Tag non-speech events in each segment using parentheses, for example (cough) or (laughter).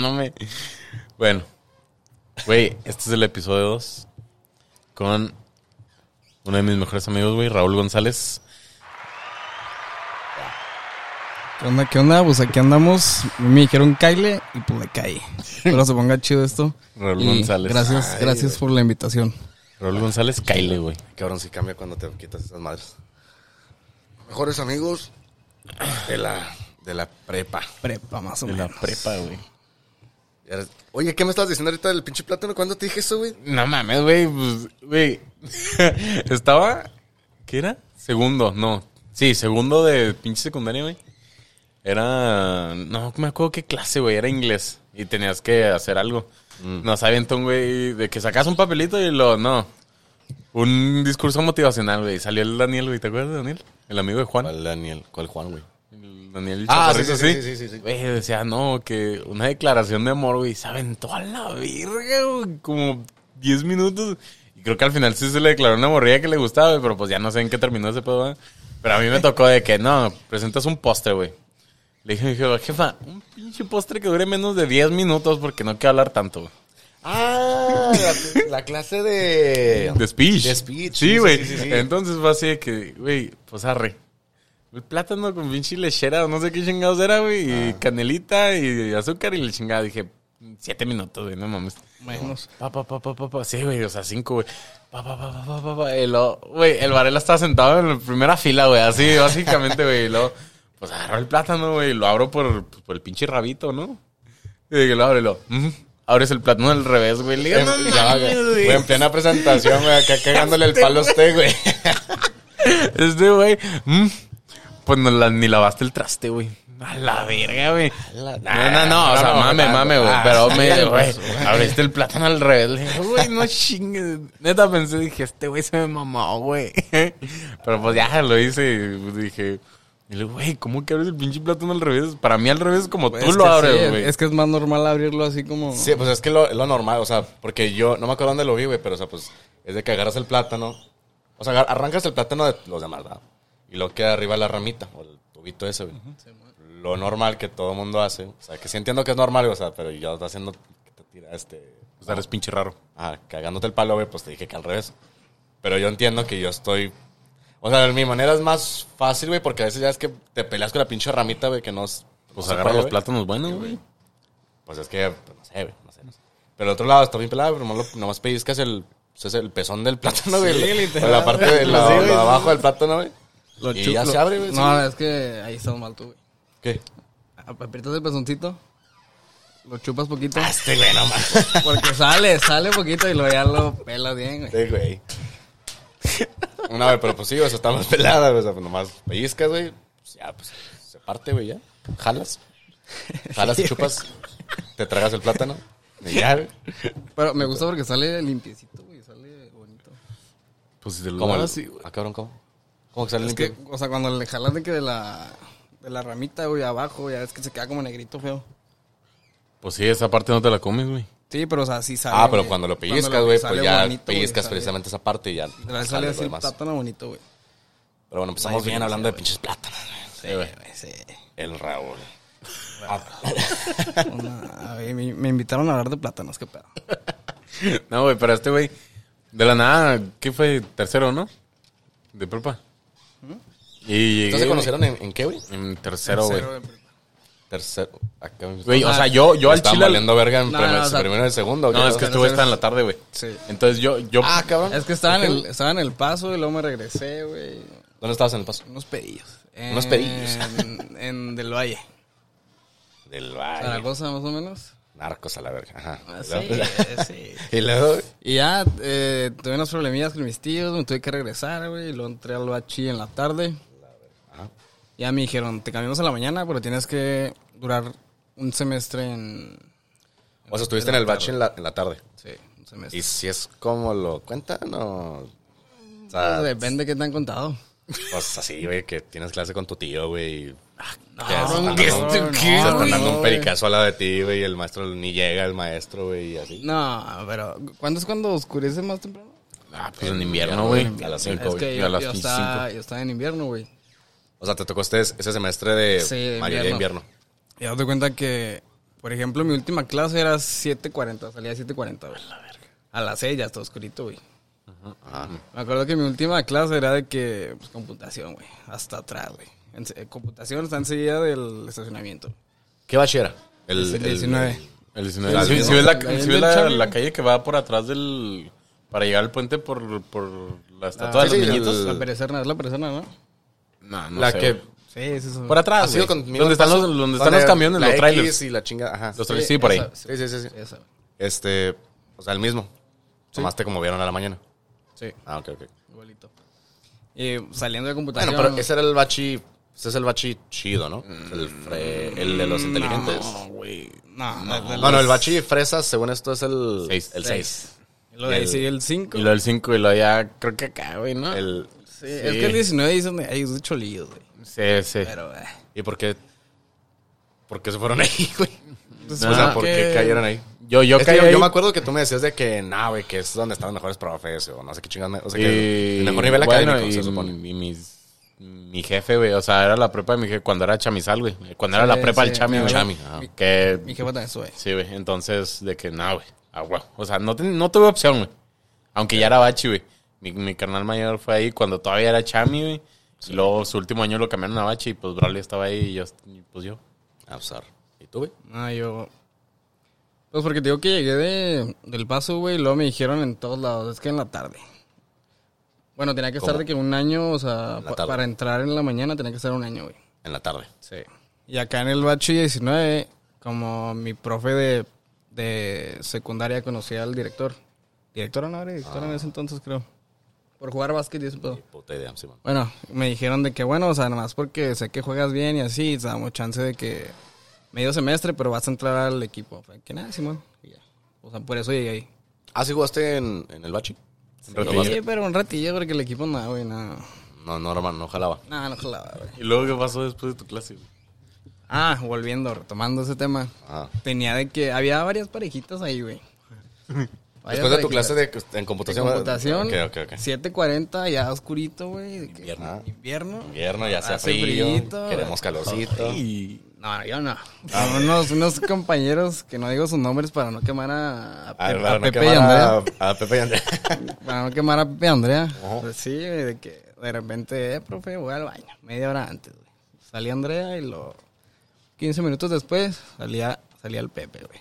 No me. Bueno. Güey, este es el episodio 2 con uno de mis mejores amigos, güey, Raúl González. ¿Qué onda? ¿Qué onda? Pues aquí andamos. Me dijeron Kyle y pues le caí. Espero se ponga chido esto. Raúl Y González. Gracias, Ay, gracias por la invitación. Raúl González, Kyle, güey. Cabrón, si cambia cuando te quitas esas madres. Mejores amigos de la, de la prepa. Prepa, más o De la menos. prepa, güey. Ya eres- Oye, ¿qué me estabas diciendo ahorita del pinche plátano? ¿Cuándo te dije eso, güey? No mames, güey. pues, Güey. (laughs) Estaba. ¿Qué era? Segundo, no. Sí, segundo de pinche secundaria, güey. Era. No me acuerdo qué clase, güey. Era inglés. Y tenías que hacer algo. Mm. Nos avientó un güey de que sacas un papelito y lo. No. Un discurso motivacional, güey. Salió el Daniel, güey. ¿Te acuerdas de Daniel? El amigo de Juan. Daniel? ¿Cuál Juan, güey? El Daniel Ah, Chaparrito, sí, sí, sí, sí, sí, sí. Güey, decía, no, que una declaración de amor, güey, se aventó a la verga, güey, como 10 minutos. Y creo que al final sí se le declaró una morrilla que le gustaba, güey, pero pues ya no sé en qué terminó ese pedo, ¿verdad? Pero a mí me tocó de que, no, presentas un postre, güey. Le dije, dije, jefa, un pinche postre que dure menos de 10 minutos porque no quiero hablar tanto, güey. Ah, la, la clase de... De speech. De speech, sí, Sí, sí, güey. sí, sí, sí. Entonces fue así de que, güey, pues arre. El plátano con pinche lechera, no sé qué chingados era, güey. Ah. Y canelita y azúcar y le chingada. Dije, siete minutos, güey, no mames. Menos. Pa, pa, pa, pa, pa, pa. Sí, güey, o sea, cinco, güey. Pa, pa, pa, pa, pa, pa, pa. Y luego, güey, el Varela estaba sentado en la primera fila, güey, así, básicamente, güey. Y luego, pues agarro el plátano, güey, y lo abro por, pues, por el pinche rabito, ¿no? Y de que lo abro y lo, mm, abres el plátano al revés, güey. Le digo, En, no ya, mames, güey, güey. güey, en plena presentación, güey, acá cagándole el palo a usted, güey. Este, güey. mm, pues no la- ni lavaste el traste, güey. A la verga, güey. la- No, no, no. O sea, no, mame, no, mame, no. güey. Ah, Pero sí, me, güey. pues, (laughs) Abriste el plátano al revés. Le dije, güey, no chingues. Neta pensé, dije, este güey se me mamó, güey. (laughs) Pero pues ya lo hice. y, pues, Dije. Y le digo, güey, ¿cómo que abres el pinche plátano al revés? Para mí al revés es como Es tú que lo sí, abres, güey. es que es más normal abrirlo así como. Sí, pues es que lo, lo normal, o sea, porque yo no me acuerdo dónde lo vi, güey, pero o sea, pues es de que agarras el plátano, o sea, agar- arrancas el plátano de los demás, ¿verdad? Y lo queda arriba la ramita, o el tubito ese, güey. Lo normal que todo mundo hace, o sea, que sí entiendo que es normal, güey, o sea, pero ya está haciendo que te tira este. O sea, eres pinche raro. Ah, cagándote el palo, güey, pues te dije que al revés. Pero yo entiendo que yo estoy. O sea, de mi manera es más fácil, güey, porque a veces ya es que te peleas con la pinche ramita, güey, que no. es- Pues no se agarra puede, los güey. plátanos buenos, güey. Pues es que, pues, no sé, güey, no sé, no sé. Pero el otro lado está bien pelado, pero nomás, lo- nomás pellizcas el, pues, es el pezón del plátano, güey. Sí, la- literal. La parte de la- Sí, lo güey, de sí. abajo del plátano, güey. Lo y chu- ya lo- se abre, güey. No, sí. es que ahí estás mal tú, güey. ¿Qué? Aprietas el pezoncito, lo chupas poquito, Ah. Este, güey, no mames. (laughs) porque sale, sale poquito y luego ya lo pelas bien, güey. Sí, güey. No, güey, pero pues sí, güey, eso está más pelada, güey. O sea, pues, nomás pellizcas, güey. Pues ya, pues se parte, güey, ya. Jalas. Jalas y chupas. Te tragas el plátano. Y ya, güey. Pero me gusta porque sale limpiecito, güey, sale bonito. Pues si te lo ¿Cómo? abres, así, Ah, cabrón, ¿cómo? ¿Cómo que sale Es limpio? que, o sea, cuando le jalas de que de la, de la ramita, güey, abajo, ya es que se queda como negrito feo. Pues sí, esa parte no te la comes, güey. Sí, pero o sea, sí sale. Ah, pero güey. cuando lo Cuando pellizcas, güey, sale pues ya bonito, güey, pellizcas sale- precisamente esa parte y ya. Sale, sale lo así demás. plátano bonito, güey. Pero bueno, empezamos Ay, bien sí, hablando sí, de pinches plátanos. güey. Ah, Sí, güey, sí. El Raúl. Una- a ver, me, me invitaron a hablar de plátanos, qué pedo. No, güey, pero este güey, de la nada, ¿qué fue? Tercero, ¿no? De prepa. Y llegué, ¿Entonces se conocieron en, en qué, güey? güey, En tercero, güey. Cero, güey. Tercero. Acá me Güey, o Ah, sea, yo, yo al Estaban chile... al- valiendo verga en No, primer- no, o sea- primero y en segundo. ¿o qué? No, es que Pero estuve cero hasta en es- la tarde, güey. Sí. Entonces yo... yo Ah, cabrón. Es que estaba en, el, estaba en el paso y luego me regresé, güey. ¿Dónde estabas en el paso? Unos pedillos. Unos pedillos. En, en Del Valle. Del valle. Zaragoza, más o menos. Ah, Narcos a la verga. Ajá. Ah, Y Sí, luego- (laughs) sí. Y luego. Y ya eh, tuve unas problemillas con mis tíos, me tuve que regresar, güey. Y luego entré al bachi en la tarde. Ajá. Ya me dijeron, te cambiamos a la mañana, pero tienes que durar un semestre en. O sea, estuviste en el bache en la, en la tarde. Sí, un semestre. Y si es como lo cuentan o. O sea, Pues depende de qué te han contado. pues así, güey, que tienes clase con tu tío, güey. y- Ah, No, Ya, se están ¿qué dando- esto se qué, están güey? dando No, un pericazo al lado de ti, güey, y el maestro ni llega, el maestro, güey, y así. No, pero ¿cuándo es cuando oscurece más temprano? Ah, pues en invierno, güey. A las En cinco, Es COVID, que a yo, las yo cinco. estaba, yo estaba en invierno, güey. O sea, te tocó este, ese semestre de Sí, de mayoría de invierno. invierno. Y date cuenta que Por ejemplo, mi última clase era 7.40, salía a 7.40, güey. A las 6 ya está oscurito, güey. Me acuerdo que mi última clase era de que, pues, computación, güey. Hasta atrás, güey. En- eh, computación está enseguida del estacionamiento. ¿Qué bachera? Es el 19. El Ah, 19. El Si- si, 19. ves, Ahí la, si en ves el la- Charlie. la calle que va por atrás del. Para llegar al puente por, por la estatua Ah, de los sí, sí, niñitos. el- La perecerna, es la perecerna, ¿no? No, no La sé, que... güey. Sí, es eso. Por ha atrás, sido güey. conmigo Donde el están paso. los, donde están los camiones, la los X trailers. y la chingada, ajá. Los trailers, sí, por ahí. esa- Sí, sí, sí, sí. Esa, güey. Este, o sea, el mismo. Nomás te como vieron a la mañana. sí, Ah, ok, ok. igualito. Y saliendo de computación. Bueno, pero ese era el bachi... Ese es el bachi chido, ¿no? El, fre- el de Mm, los inteligentes. Mm, No, güey. No, no, no. Bueno, el bachi fresas, según esto, es el... Seis. El 6. Lo de ahí sigue el 5. Y lo del 5 y lo ya creo que acá, güey, ¿no? El... Sí, Es que el 19 es donde hay muchos líos, güey. Sí, sí. Pero, eh. ¿Y por qué? ¿Por qué se fueron (laughs) ahí, güey? Entonces, No, Pues, o sea, Ah, ¿por qué que- cayeron ahí? Yo, yo Es que caí yo, ahí. yo me acuerdo que tú me decías de que, nah, güey, que es donde están los mejores profes, o no sé qué chingados. O sea, que el mejor nivel Eh, bueno, académico, y, mm. se supone. y mis- mi jefe, güey. O sea, era la prepa de mi jefe cuando era chamizal, güey. Cuando era Sí, la prepa del sí, chami, sí, güey. Chami, ah. Que Mi jefa también sube. Sí, güey. Entonces, de que nada, güey. Ah, güey. O sea, no, ten- no tuve opción, güey. Aunque ya era bachi, güey. Mi, mi carnal mayor fue ahí cuando todavía era chami, güey. Y luego su último año lo cambiaron a bachi y pues Bradley estaba ahí y yo, y, pues yo. Ah, pues, arre. ¿Y tú, güey? No, Ah, yo. Pues porque te digo que llegué de, del paso, güey, y luego me dijeron en todos lados, es que en la tarde. Bueno, tenía que estar ¿Cómo? de que un año, o sea, En la pa- tarde. para entrar en la mañana tenía que estar un año, güey. En la tarde. Sí. Y acá en el bachi 19, como mi profe de, de secundaria conocía al director. Directora no era directora Ah. en ese entonces, creo. Por jugar básquet y eso, pues. pedo. Puta idea, Simón. Bueno, me dijeron de que, bueno, o sea, nomás porque sé que juegas bien y así, te damos chance de que medio semestre, pero vas a entrar al equipo. Fue que nada, Simón. Y ya. O sea, por eso llegué ahí. ¿Ah, sí jugaste en, en el bachi? Sí, Pero nomás- pero un ratillo, porque el equipo nada, güey, nada. No, no, hermano, no jalaba. Nada, no jalaba, güey. ¿Y luego qué pasó después de tu clase, güey? Ah, volviendo, retomando ese tema. Ah. Tenía de que, había varias parejitas ahí, (laughs) güey. Varias Después de tu parejitas. clase de, en computación. ¿verdad? computación, Ok, ok, ok. 7.40, ya oscurito, güey. de que- Invierno. Invierno. Invierno, ya sea Hace frío. frillito. Queremos calorcito. No, yo no. unos, unos compañeros que no digo sus nombres para no quemar a, a A, Pe- ver, a para no Pepe y quemar a- Andrea. a Pepe y Andrea. (laughs) Para no quemar a Pepe y Andrea. Ojo. Pues sí, güey, de que de repente, eh, profe, voy al baño. Media hora antes, güey. Salí Andrea y lo. 15 minutos después salía, salía el Pepe, güey.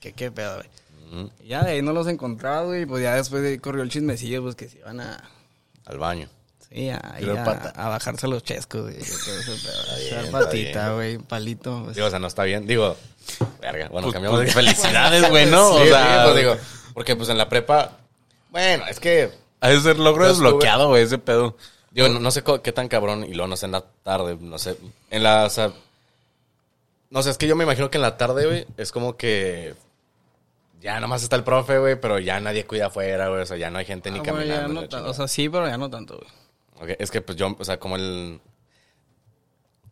¿Qué, qué pedo, güey? Y Ya de ahí no los encontraba, güey. Pues ya después de ahí corrió el chismecillo, pues que se iban a. Al baño. Sí, a, Tirar a- pata. a bajarse los chescos, güey. Todo ese pedo. A bien, tirar está patita, bien. güey. Palito. pues. Digo, o sea, no está bien. Digo, verga. Bueno, Pues, cambiamos de pues, felicidades, güey, ¿no? (laughs) Sí, o sea, sí, pues digo, porque pues en la prepa, bueno, es que, ha de ser logro Yo estuve- desbloqueado, güey, ese pedo. digo, no, no sé co- qué tan cabrón, y luego no sé en la tarde, no sé, en la, o sea, no sé, es que yo me imagino que en la tarde, güey, es como que ya nomás está el profe, güey, pero ya nadie cuida afuera, güey, o sea, ya no hay gente Ah, ni bueno, ya caminando. no la tan- chingada. o sea, sí, pero ya no tanto, güey. Ok, es que pues yo, o sea, como el.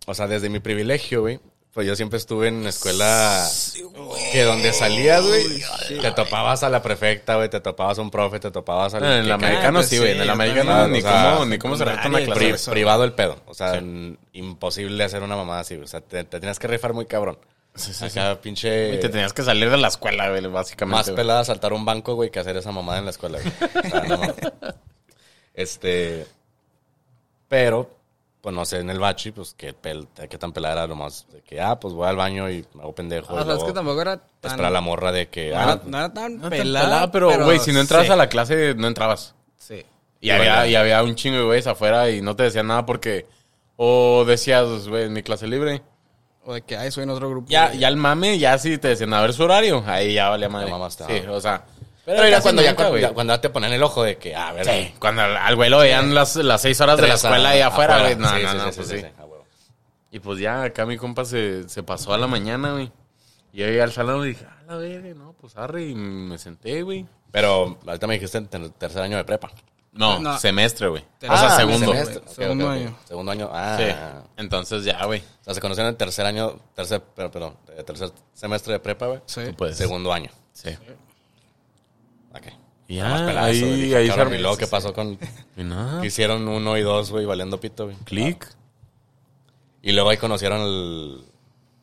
O sea, desde mi privilegio, güey. Pues yo siempre estuve en escuela que donde salías, güey, te topabas a la prefecta, güey, te topabas a un profe, te topabas al En el que cae- americano pues sí, güey. sí, en el yo americano también. ni, O sea, cómo, ni cómo se reta una secundaria, clase. pri- güey. privado el pedo. O sea, n- imposible hacer una mamada así, güey. O sea, te, te tenías que rifar muy cabrón. Acá pinche Y te tenías que salir de la escuela, güey, más básicamente. güey. pelada saltar un banco, güey, que hacer esa mamada en la escuela, güey. O sea, no mames. este. Pero, pues no sé, en el bachi, pues qué, pel, qué tan pelada era nomás. De que, ah, pues voy al baño y me hago Ah, pendejo. O sea, es que tampoco era tan. Esperar a la morra de que. no, ah, era, no era tan No tan pelada, pelada, pero, güey, si no entrabas sí, a la clase, no entrabas. Sí. Y, Y había, bailar. y había un chingo de güeyes afuera y no te decían nada porque... O decías, güey, en mi clase libre. O de que, ay, soy en otro grupo. Ya, güey. ya el mame, ya sí te decían, a ver su horario. Ahí ya valía madre. mamaste, sí, ah. o sea... pero era casi cuando, ya, nunca, cu- güey. ya- cuando ya te ponen el ojo de que, ah, a ver. Sí, cuando al, al güey lo veían las, las seis horas de la tres a- escuela ahí afuera, güey. No, Sí, no, sí, no, sí, sí, pues sí, sí. sí, a huevo. Y pues ya acá mi compa se, se pasó a la mañana, güey. Y Llegué al salón y dije, a la verga, no, pues arre. Y me senté, güey. Pero ahorita me dijiste en ter- tercer año de prepa. No, No. semestre, güey. Te- o sea, Ah, segundo. semestre. Ok, ok, Segundo ok. año. Segundo año, ah. Sí. Entonces ya, güey. O sea, se conocieron en tercer año, tercer, pero- perdón, eh, tercer semestre de prepa, güey. Sí. Tú puedes. Segundo año. Sí. Ok. Y Nada Ah, más ya, pelada eso, ahí, dije, ahí cabrón, se Y luego, ¿qué pasó con...? Y nada, que Hicieron uno y dos, güey, valiendo pito, güey. clic. Y luego ahí conocieron al...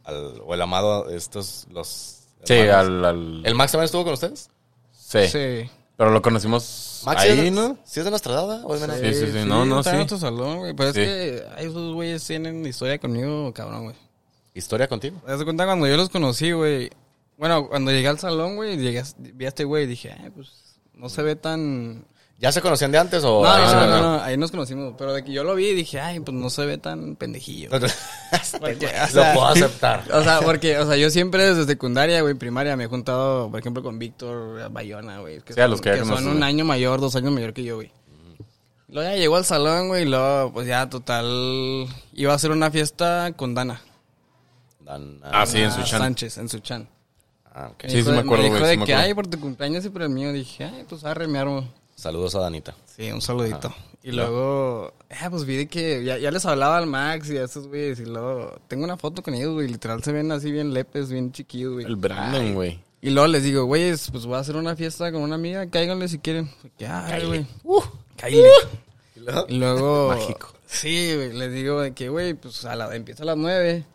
al- o el amado, estos, los... Sí, hermanos. al, al- ¿El Max también estuvo con ustedes? sí. Sí. Pero lo conocimos Max ahí, es de- ¿no? ¿Sí es de nuestra edad? ¿O es de Sí, sí, sí. No, no, está en sí. otro salón, güey. Pero Sí. es que ay, esos güeyes tienen historia conmigo, cabrón, güey. ¿Historia contigo? ¿Te das cuenta cuando yo los conocí, güey? Bueno, cuando llegué al salón, güey, llegué, a- vi a este güey y dije, ay, pues no se ve tan. ¿Ya se conocían de antes o...? No, no, ahí se no, no, conocieron? (laughs) no, ahí nos conocimos. Pero de que yo lo vi dije, ay, pues no se ve tan (laughs) pendejillo. Porque, (laughs) o Lo sea, puedo aceptar. O sea, porque, o sea, yo siempre desde secundaria, güey, primaria, me he juntado, por ejemplo, con Víctor Bayona, güey. Que Sí, a los que ya son conoces, un güey. año mayor, dos años mayor que yo, güey. Luego ya llegó al salón, güey, y luego, pues ya, total, iba a hacer una fiesta con Dana. Dan- Ah, sí, en su Dana chan. Sánchez, en su chan. ah, ok. Sí, sí dijo- me acuerdo, dijo güey, sí de me que, acuerdo. ay, por tu cumpleaños y por el mío. Dije, ay, pues arre, mi armo. Saludos a Danita. Sí, un saludito. Y luego, ah, pues vi de que ya, ya les hablaba al Max y a esos güeyes. Y luego, tengo una foto con ellos, güey. Literal se ven así bien lepes, bien chiquillos, güey. El Brandon, güey. Y luego les digo, güeyes, pues voy a hacer una fiesta con una amiga, cáiganle si quieren. Ya, güey. Uh, cáiganle. Y luego. Mágico. Sí, güey, les digo de que, güey, pues a la, empiezo a las nueve.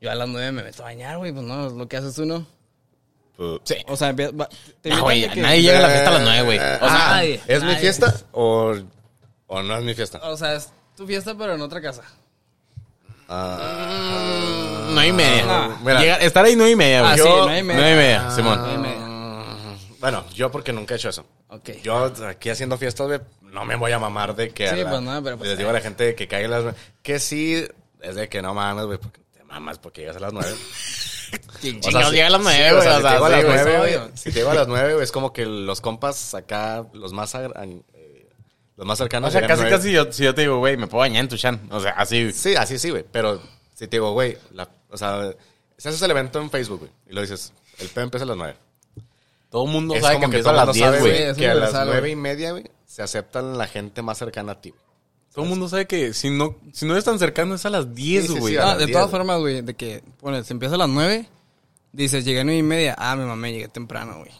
Yo a las nueve me meto a bañar, güey, pues no, es lo que haces uno. Sí. O sea, empie- va- te No, invitan güey, de que- nadie llega a la fiesta a las nueve, güey. O Eh, sea, Nadie, ¿Es mi nadie. fiesta o, o no es mi fiesta? Eh, O sea, es tu fiesta, pero en otra casa. Ah, nueve y media. Ah, mira. Llegar- estar ahí nueve y media, güey. Ah, sí, Yo- nueve y media. Ah, Nueve y media, Simón. Ahí me- bueno, yo porque nunca he hecho eso. Ok. Yo aquí haciendo fiestas, güey, no me voy a mamar de que... a Sí, la- pues, no, pero, pues, les digo a la gente que caiga las... Que sí, es de que no mames, güey, porque te mamas porque llegas a las nueve. Chingados, O sea, sí- llega a las nueve, sí, güey. o sea, o si sea, te digo a las sí, güey. nueve, sí, güey, obvio. si te digo a las nueve, güey, es como que los compas acá, los más, agra- eh, los más cercanos... O sea, llegan a casi, nueve. casi yo, si yo te digo, güey, me puedo bañar en tu chan. O sea, así. Sí, así sí, güey. Pero si te digo, güey, la- o sea, se hace el evento en Facebook, güey. Y lo dices, el P empieza a las 9. Todo el mundo es sabe que como que, empieza todo a el mundo las sabe, diez, Sí, güey. güey, es que a las universal, güey. nueve y media, güey, se aceptan la gente más cercana a ti. güey. Todo el mundo sabe que si no, si no es tan cercano es a las diez, Sí, sí, güey. Ah, sí, a No, las de 10, todas güey. formas, güey, de que, bueno, se empieza a las 9, dices, llegué a 9 y media. Ah, mi mamá, llegué temprano, güey.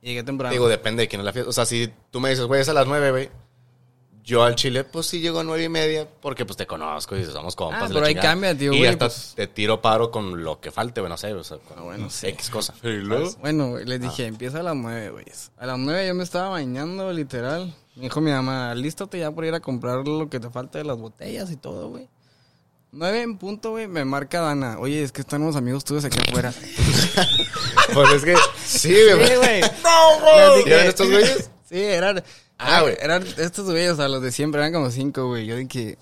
Llegué temprano. Digo, depende de quién es la fiesta. O sea, si tú me dices, güey, es a las nueve, güey. Yo al Chile, pues sí llego a nueve y media, porque pues te conozco y somos compas. Ah, y la pero ahí chingada. cambia, tío, Y güey, hasta pues. Ah, te tiro paro con lo que falte, güey, no sé, o sea, con bueno, sí. (laughs) X cosa. Y luego, bueno, güey, Ah. les dije, empieza a las 9, güey. A las 9 yo me estaba bañando, literal. Me dijo mi mamá, lístate ya por ir a comprar lo que te falta de las botellas y todo, güey. 9 en punto, güey, me marca Dana. Oye, es que están unos amigos tuyos aquí (laughs) afuera. Pues es que, Sí, sí, (laughs) güey. güey. No, Les dije- ¿Eran estos güeyes? (laughs) Sí, eran. Ah, güey. Eran estos güeyes, o sea, los de siempre, eran como cinco, güey. Yo dije.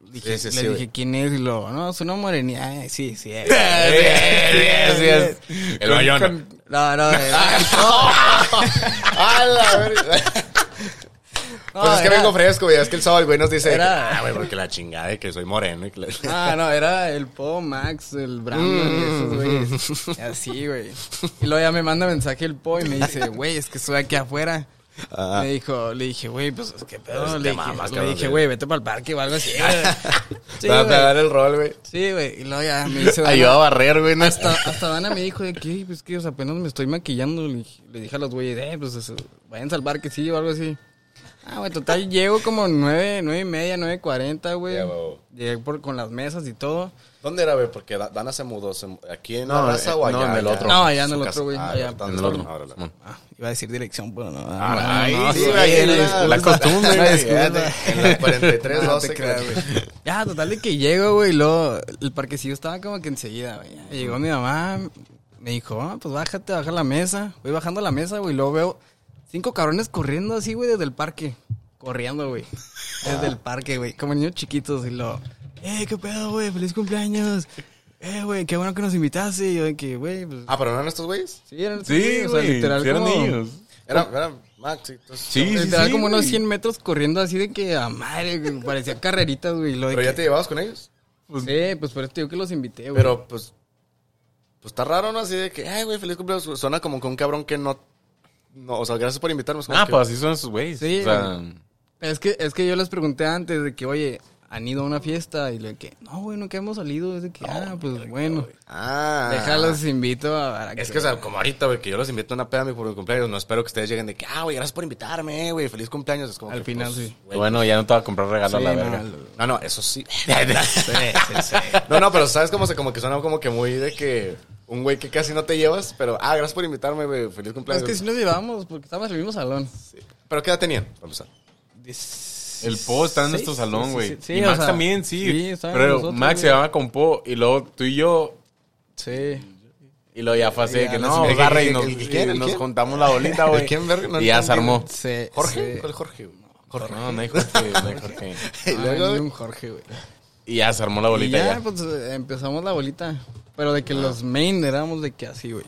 dije Sí, sí, le dije, sí, güey. ¿quién es? Y luego, no, es una morenía. Ay, sí, (laughs) sí. es. Yes, yes, yes. El bayón. (laughs) No, no, eh, (laughs) ¡A la verga! no, (laughs) Pues es que era- vengo fresco, güey. Es que el sábado el güey nos dice... de que, Era- Ah, güey, porque la chingada de que soy moreno. Y que le- Ah, no, era el Po, Max, el Mm. Brandon y esos güeyes. Así, güey. Y luego ya me manda mensaje el Po y me dice, güey, es que estoy aquí afuera. Ah. Me dijo, le dije, güey, pues qué Pues, pedo. te Le dije, mamas, le cabrón, dije, sí. güey, vete para el parque o algo así. (laughs) güey. Sí, Te va a güey. pegar el rol, güey. Sí, güey. Y luego ya me dice. Dana- ayuda a barrer, güey. No hasta, hasta Dana me dijo de que, "Ey, pues que o sea, apenas me estoy maquillando. Le, dije- le dije a los güeyes, eh, pues eso, vayan a salvar que sí o algo así. Ah, güey, total, llego como nueve, nueve y media, nueve cuarenta, güey. Ya, huevo. Llegué por, con las mesas y todo. ¿Dónde era, güey? Porque Da- Dana se mudó. se mu- ¿Aquí en la No, raza eh, o allá? no, en el otro. No, allá en Su el casa. otro, güey, Ah, allá. ¿dónde En el está? otro. Ahora, Simón. Ah, iba a decir dirección, pero no. Ay, no, no, sí, sí, güey, una la- disculpa. la costumbre, Una güey. disculpa. En la 43, No no te sé qué. creas, güey. Ya, total de que llego, güey, y luego el parquecillo estaba como que enseguida, güey. Ya Llegó mi mamá, me dijo, ah, pues bájate, baja la mesa. Voy bajando la mesa, güey, y luego veo cinco cabrones corriendo así, güey, desde el parque. Corriendo, güey. Desde el parque, güey. Como niños chiquitos, y luego, eh, qué pedo, güey, feliz cumpleaños. Eh, güey, qué bueno que nos invitaste. Y yo de que, güey, pues... Ah, ¿pero no eran estos güeyes? Sí, eran, Sí, o sea, güey. literal sí eran como- niños. Era, era Max y todos. Sí, sí, Literal sí, como unos güey. 100 metros corriendo así de que a madre, güey, parecía carreritas, güey. Lo de ¿Pero ya que- te llevabas con ellos? Sí, pues por eso te digo que los invité, güey. Pero pues, pues está raro, ¿no? Así de que, ay, güey, feliz cumpleaños. Suena como que un cabrón que no. no o sea, gracias por invitarnos. como Ah, que- pues así son esos güeyes. Sí, o sea, güey. Es que, es que yo les pregunté antes de que, oye, han ido a una fiesta y le que, no, güey, nunca hemos salido. Es de que, ah, pues bueno, Ah. déjalos, invito a. a Es que, o sea, como ahorita, güey, que yo los invito a una peda a mi por mi cumpleaños, no espero que ustedes lleguen de que, ah, güey, gracias por invitarme, eh, güey, feliz cumpleaños. Es como Al que, final, pues, sí. güey, Bueno, ya no te va a comprar regalo Sí, a la no, verga. lo- No, no, eso sí. (laughs) sí, sí, sí. No, no, pero sabes cómo se como que suena como que muy de que un güey que casi no te llevas, pero ah, gracias por invitarme, güey, feliz Es cumpleaños. que si nos llevamos, porque estábamos en el mismo salón. Pero ¿qué edad tenían? Vamos a empezar. El Po está en nuestro Sí, salón, sí, güey. sí, sí, y o Max sea, también, sí. sí, estaba con pero nosotros, Max se güey. llama con Po y luego tú y yo. Sí. Y luego ya fue así de que ya no, pues, las- agarra y ¿El- nos, el- el quién, el nos quién? contamos la bolita, güey. ¿El quién, verga? No y ya se entendí, armó. Sí. ¿Jorge? sí. ¿Cuál Jorge? güey? Jorge. No, no hay Jorge, no (laughs) hay Jorge. (laughs) Y Ah, luego, vino güey, un Jorge, güey. Y ya se armó la Y bolita. ya, ya. pues eh, empezamos la bolita. Pero de que los main éramos de que así, güey.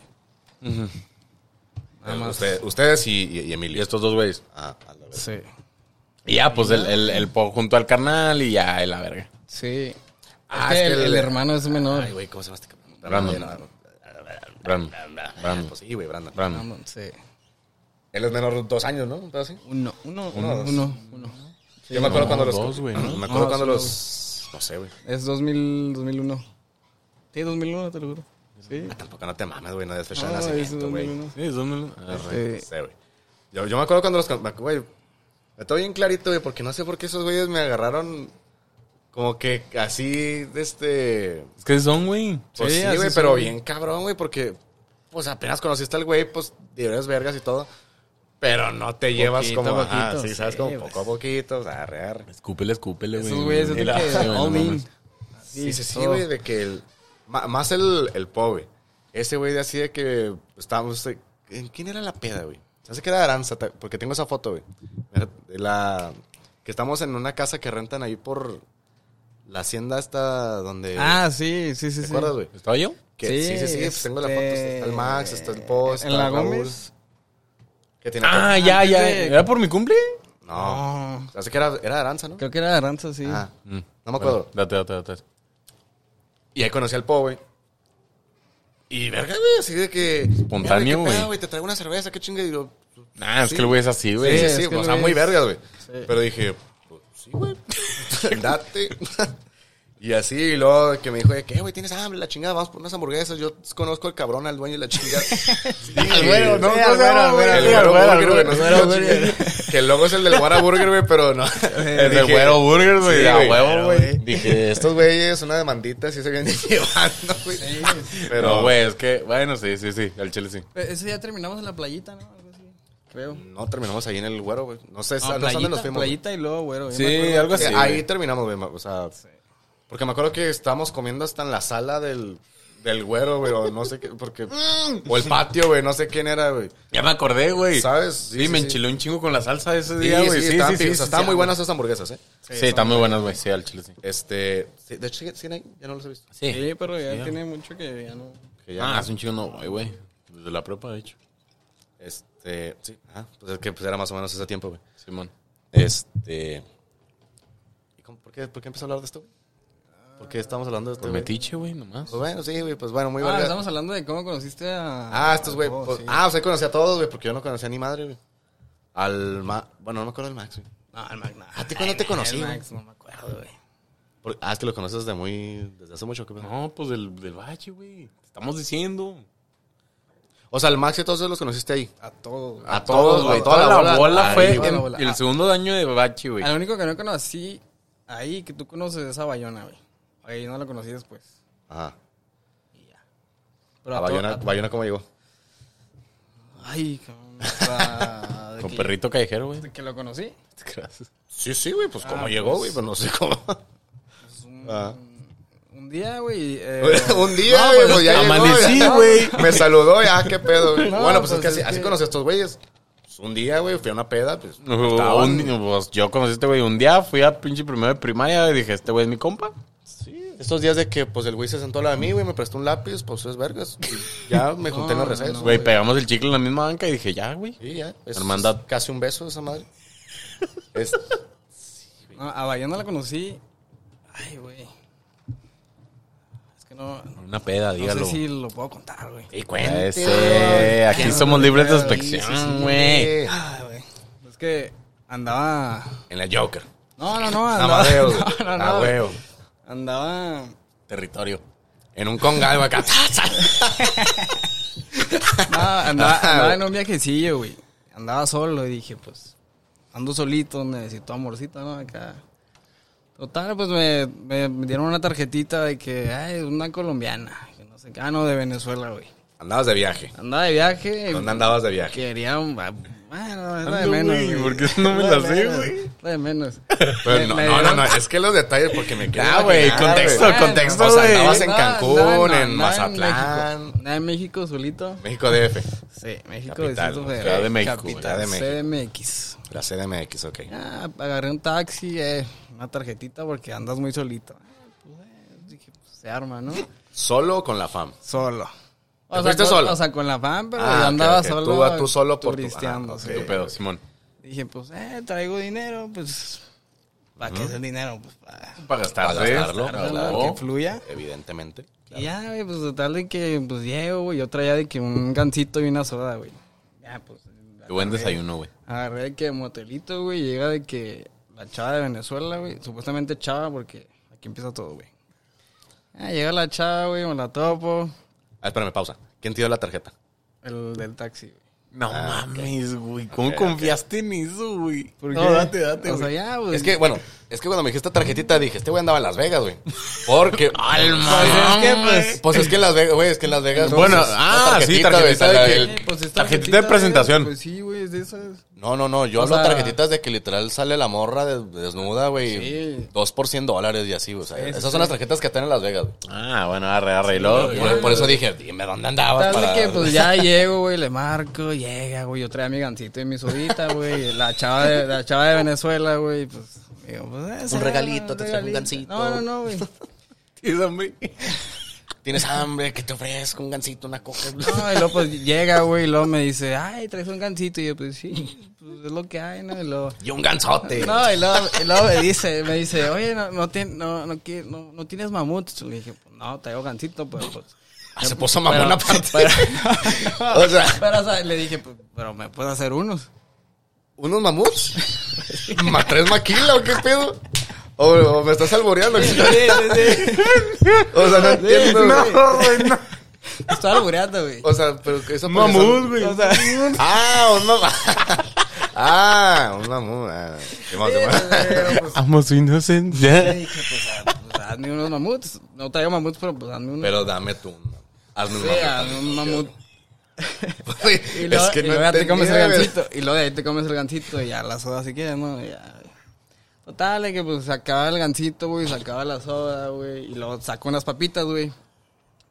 Nada más. usted- ustedes y, y- y Y Emilio. estos dos güeyes. Ah, a la verga. Sí. Y ya, pues el, el, el Po junto al carnal y ya, y la verga. Sí. Ah, Es que es que el, el- el hermano es menor. Ay, güey, ¿cómo se llama este cabrón? Brandon. Brandon. Brandon. Pues sí, güey, Brandon. Brandon. Brandon, sí. Él es menor de dos años, ¿no? Un pedo así. Uno, uno, Uno, uno, dos. uno, uno. Yo me acuerdo No, cuando los. dos, güey, ¿no? Me acuerdo No, cuando son los. No sé, güey. Es 2000, 2001. Sí, 2001, te lo juro. Sí. Tampoco no te mames, güey, no Ah, es fecha de Ah, No, este es nacimiento, güey. 2001. Sí, son... Sí. No sé, güey. Yo, yo me acuerdo cuando los. con- me acu- Güey, me estoy bien clarito, güey, porque no sé por qué esos güeyes me agarraron. Como que así, de este. Es que son, güey. Pues Sí, sí, así güey, son, pero güey. bien cabrón, güey, porque. Pues apenas conociste al güey, pues diversas vergas y todo. Pero no te llevas Poquito a como. ajá, poquito, sí, sabes, sí, como güey. poco a poquito, o sea, arre, arre. Escúpele, escúpele, güey. Esos güeyes es de Mira, (laughs) que güey, no all in. mames. Sí, sí, sí, güey, de que el, ma- más el, el po, güey. Ese güey de así de que estábamos... de- ¿En quién era la peda, güey? Se hace que era Aranza, ta- porque tengo esa foto, güey. Mira, de La, que estamos en una casa que rentan ahí por la hacienda esta donde... Ah, sí, sí, sí. ¿Te sí. acuerdas, güey? ¿Estaba yo? Que- Sí, sí, sí, pues, este, tengo la foto. Está el Max, está el Po, está ¿En la Raúl, Gómez? que tiene Ah, foto. ya, ya. de- ¿Era por mi cumple? No, No. se hace que era, era Aranza, ¿no? Creo que era de Aranza, sí. Ah, Mm. no me acuerdo. Bueno, date, date, date. Y ahí conocí al Po, güey. Y verga, güey, así de que. Espontáneo, "Eh, ¿qué pedo, güey. Te traigo una cerveza, qué chingue. Y yo, Nah, es Sí. que el güey es así, sí, güey. sí, es sí, que o lo sea, muy ves. vergas, güey. Pero dije, pues sí, güey. (laughs) Date. (laughs) y así, y luego de que me dijo, de que, "Eh, güey, tienes hambre, la chingada, vamos por unas hamburguesas. Yo conozco al cabrón, al dueño de (laughs) la chingada. al güero, ¿no? Sí, ¿Cómo al se llama, güero, güey? güey, Sí, al el güero, güero al burger, güey, no sé güero, cómo al güero. chingue- Que el logo es el del Guara Burger, güey, pero no. (laughs) El de Dije, Güero Burger, güey. sí, a güey, huevo, claro, güey. Dije, Dije, (laughs) estos güeyes, una demandita, sí se vienen (laughs) llevando, güey. Pero, güey, es que, bueno, sí, sí, sí, al chile sí. Pero eh, Ese día terminamos en la playita, ¿no? Algo así. Creo. No terminamos ahí en el güero, güey. No sé, Ah, no sé dónde nos fuimos. güey. playita y luego, güero. yo Sí, me acuerdo. algo así. Eh, ahí güey. terminamos, güey. ma- O sea, porque me acuerdo que estábamos comiendo hasta en la sala del, del güero, güey. O no sé (laughs) qué, porque. o el patio, güey. No sé quién era, güey. Ya me acordé, güey. ¿Sabes? Sí, me enchiló un chingo con la salsa ese Sí, día, sí, güey. Sí, sí, estaban, sí, sí, o sea, estaban sí, muy sí. buenas esas hamburguesas, ¿eh? Sí, están muy buenas, güey. Sí, al chile sí. Este. sí, de hecho, siguen ahí. Ya no los he visto. Sí, pero ya tiene mucho que ya no. Que ya Ah, no- hace un chingo no voy, güey. Desde la prepa, de hecho. Este. Sí. Ah, pues es que pues, era más o menos ese tiempo, güey. Simón. Este. ¿Y cómo- por, qué, ¿Por qué empezó a hablar de esto, güey? ¿Por qué estamos hablando de esto? Por güey? metiche, güey, nomás. Pues bueno, sí, güey. Pues bueno, muy Ah, verga. estamos hablando de cómo conociste a. Ah, estos güey. Oh, pues, sí. Ah, o sea, conocí a todos, güey, porque yo no conocía ni madre, güey. Al Ma... Bueno, no me acuerdo del Max, güey. No, el Max, no. ¿A ti cuándo te Ay, conocí, el güey? Max, no me acuerdo, güey. Por- Ah, es que lo conoces desde muy. Desde hace mucho, que No, pues del, del valle, güey. Te estamos diciendo. O sea, al Max y a todos los conociste ahí. A todos. A todos, güey. Toda, la bola. Ahí, fue güey. en- el, el segundo daño de Bachi, güey. Al único que no conocí ahí que tú conoces es a Bayona, güey. Ahí no la conocí después. Ajá. Pero a to- Bayona, a- Bayona, ¿cómo llegó? Ay, cabrón. o sea, de Con que, perrito (laughs) callejero, güey. de que lo conocí. Sí, sí, güey, pues cómo Ah, llegó, pues. güey, pues no sé (laughs) cómo. Pues, un, Ah. un día, güey. eh, (laughs) un día, güey, pues ya llegó. amanecí, ya. güey. Me saludó, ya, qué pedo, (laughs) güey. No, bueno, pues, es pues, que así, es así que- conocí a estos güeyes. Pues, un día, güey, fui a una peda, pues. estaban- pues yo conocí a este güey un día, fui a pinche primero de primaria y dije, este güey es mi compa. Sí, estos días de que, pues, el güey se sentó al lado de mí, güey, me prestó un lápiz, pues, es vergas. Y ya me junté en los No, recesos. no, Güey, pegamos el chicle en la misma banca y dije, ya, güey. Sí, ya. Es Hermandad. Casi un beso esa (laughs) madre. Es- no, a Bayona la conocí. Ay, güey. Es que no. No Una peda, dígalo. sé si lo puedo contar, güey. y Ese, aquí somos libres de Sí, sí, sí, inspección, güey. Ah, güey. Es que andaba. En la Joker. No, no, no. Andaba, Amadeo. güey. (laughs) no, no, no. Ah, huevo. Andaba. Territorio. En un conga, güey, acá. (laughs) No, Ah, andaba, andaba en un viajecillo, güey. Andaba solo y dije, pues, ando solito, necesito amorcito, ¿no? Acá. Total, pues me, me- me dieron una tarjetita de que, ay, una colombiana, que no sé qué, ah, no, de Venezuela, güey. Andabas de viaje. Andaba de viaje. y ¿Dónde andabas de viaje? Quería un... Bueno, es lo de Ando, menos, güey, güey. ¿por qué no me Es lo la de sé, menos, güey? es lo de (laughs) menos. Pero Me- Pues no, me no, no, dieron- (laughs) no, es que los detalles porque me quedan. Ah, güey, contexto, Bueno, contexto, o O sea, sea, güey. andabas en andaba- Cancún, andaba- andaba en Mazatlán, México. Andaba en México, solito. México DF, Sí, México Capital, Distrito ¿no? Federal. Ciudad de México, Ciudad Capital, de México. CDMX. la CDMX, ok. Ah, agarré un taxi, eh, una tarjetita porque andas muy solito. Ah, pues, eh, dije, pues, se arma, (laughs) ¿no? Solo con la fam. Solo. ¿Te fuiste con, solo? o sea, con la fan, pero Ah, yo ok, andaba ok. Tú solo. a- tú solo por tu- turisteando, ah, ok. sí. Tu pedo, Simón. Dije, pues, eh, traigo dinero, pues, ¿para qué es el dinero? Pues, para Para gastar, Para gastarlo, ¿eh? para para gastarlo. que fluya. Evidentemente. Y ya, güey, pues, total de que, pues, llego, güey, yo traía de que un gancito y una soda, güey. Ya, pues, Qué buen desayuno, güey. Agarré de que motelito, güey. Llega de que la chava de Venezuela, güey. Supuestamente chava, porque aquí empieza todo, güey. Ah, llega la chava, güey, me la topo. Ah, espérame, pausa. ¿Quién te dio la tarjeta? El del taxi, güey. No Ah, ok. mames, güey. ¿Cómo Ok, ok. confiaste en eso, güey? ¿Por No, qué? date, date, O sea, güey. ya, güey. Eh, Es que, bueno, es que cuando me dijiste tarjetita dije, este güey andaba en Las Vegas, güey. (laughs) Porque. Alma, güey. Pues es que en Las Vegas, güey, es que en Las Vegas. Bueno, pues, es la ah, sí, tarjetita, güey, tarjetita o sea, de la que- del- Eh, pues, es tarjetita de presentación. Pues sí, güey, es de esas. No, no, no. Yo O hablo sea- tarjetitas de que literal sale la morra de- desnuda, güey. Sí. Dos por cien dólares y así, o sea, Sí, sí, esas son las tarjetas que están en Las Vegas. güey. Ah, bueno, arre, arre. y luego, Por, por eso dije, dime dónde andabas. Total de Para... que, pues, ya llego, güey, le marco, llega, güey. Yo traía mi gancito y mi sodita, güey. La chava de, la chava de Venezuela, güey, pues... digo, pues, eh, se va, regalito, te traigo un gansito. No, no, no, güey. ¿Tienes (laughs) hambre? Tienes hambre, que te ofrezco un gancito, una coca. No, y luego pues llega, güey, y luego me dice, ay, traes un gancito. Y yo, pues sí, pues es lo que hay, ¿no? Y luego. Y un gansote. No, y luego, y luego me dice, me dice, oye, no, no, tien- no, no, qui- no, no tienes mamut. Y dije, pues no, traigo gancito, pues. pues. Ah, se puso mamón aparte. Pero, (laughs) o sea, pero, o sea, le dije, pues, pero me puedes hacer unos. ¿unos mamuts? (laughs) ¿Ma tres maquila o qué pedo? O, o me estás alboreando. (laughs) O sea, no entiendo. güey. güey, no. Estaba albureando, güey. O sea, pero que eso Mamut, güey. O sea, Ah, un mamá. (laughs) Ah, un mamut. Ah, Simón, Simón. Amo su (laughs) le inocencia. dije, pues, ah, pues, hazme unos mamuts. No traigo mamuts, pero pues hazme unos. Pero dame tú. un mamut. Hazme un Sí, mamut. hazme un mamut. Güey, Y luego, es que y luego ya te entendí, comes el güey. gancito. Y luego de ahí te comes el gancito y ya la soda si quieres, ¿no? Y ya. Total, de que pues se acaba el gancito, güey, se acaba la soda, güey. Y luego sacó unas papitas, güey.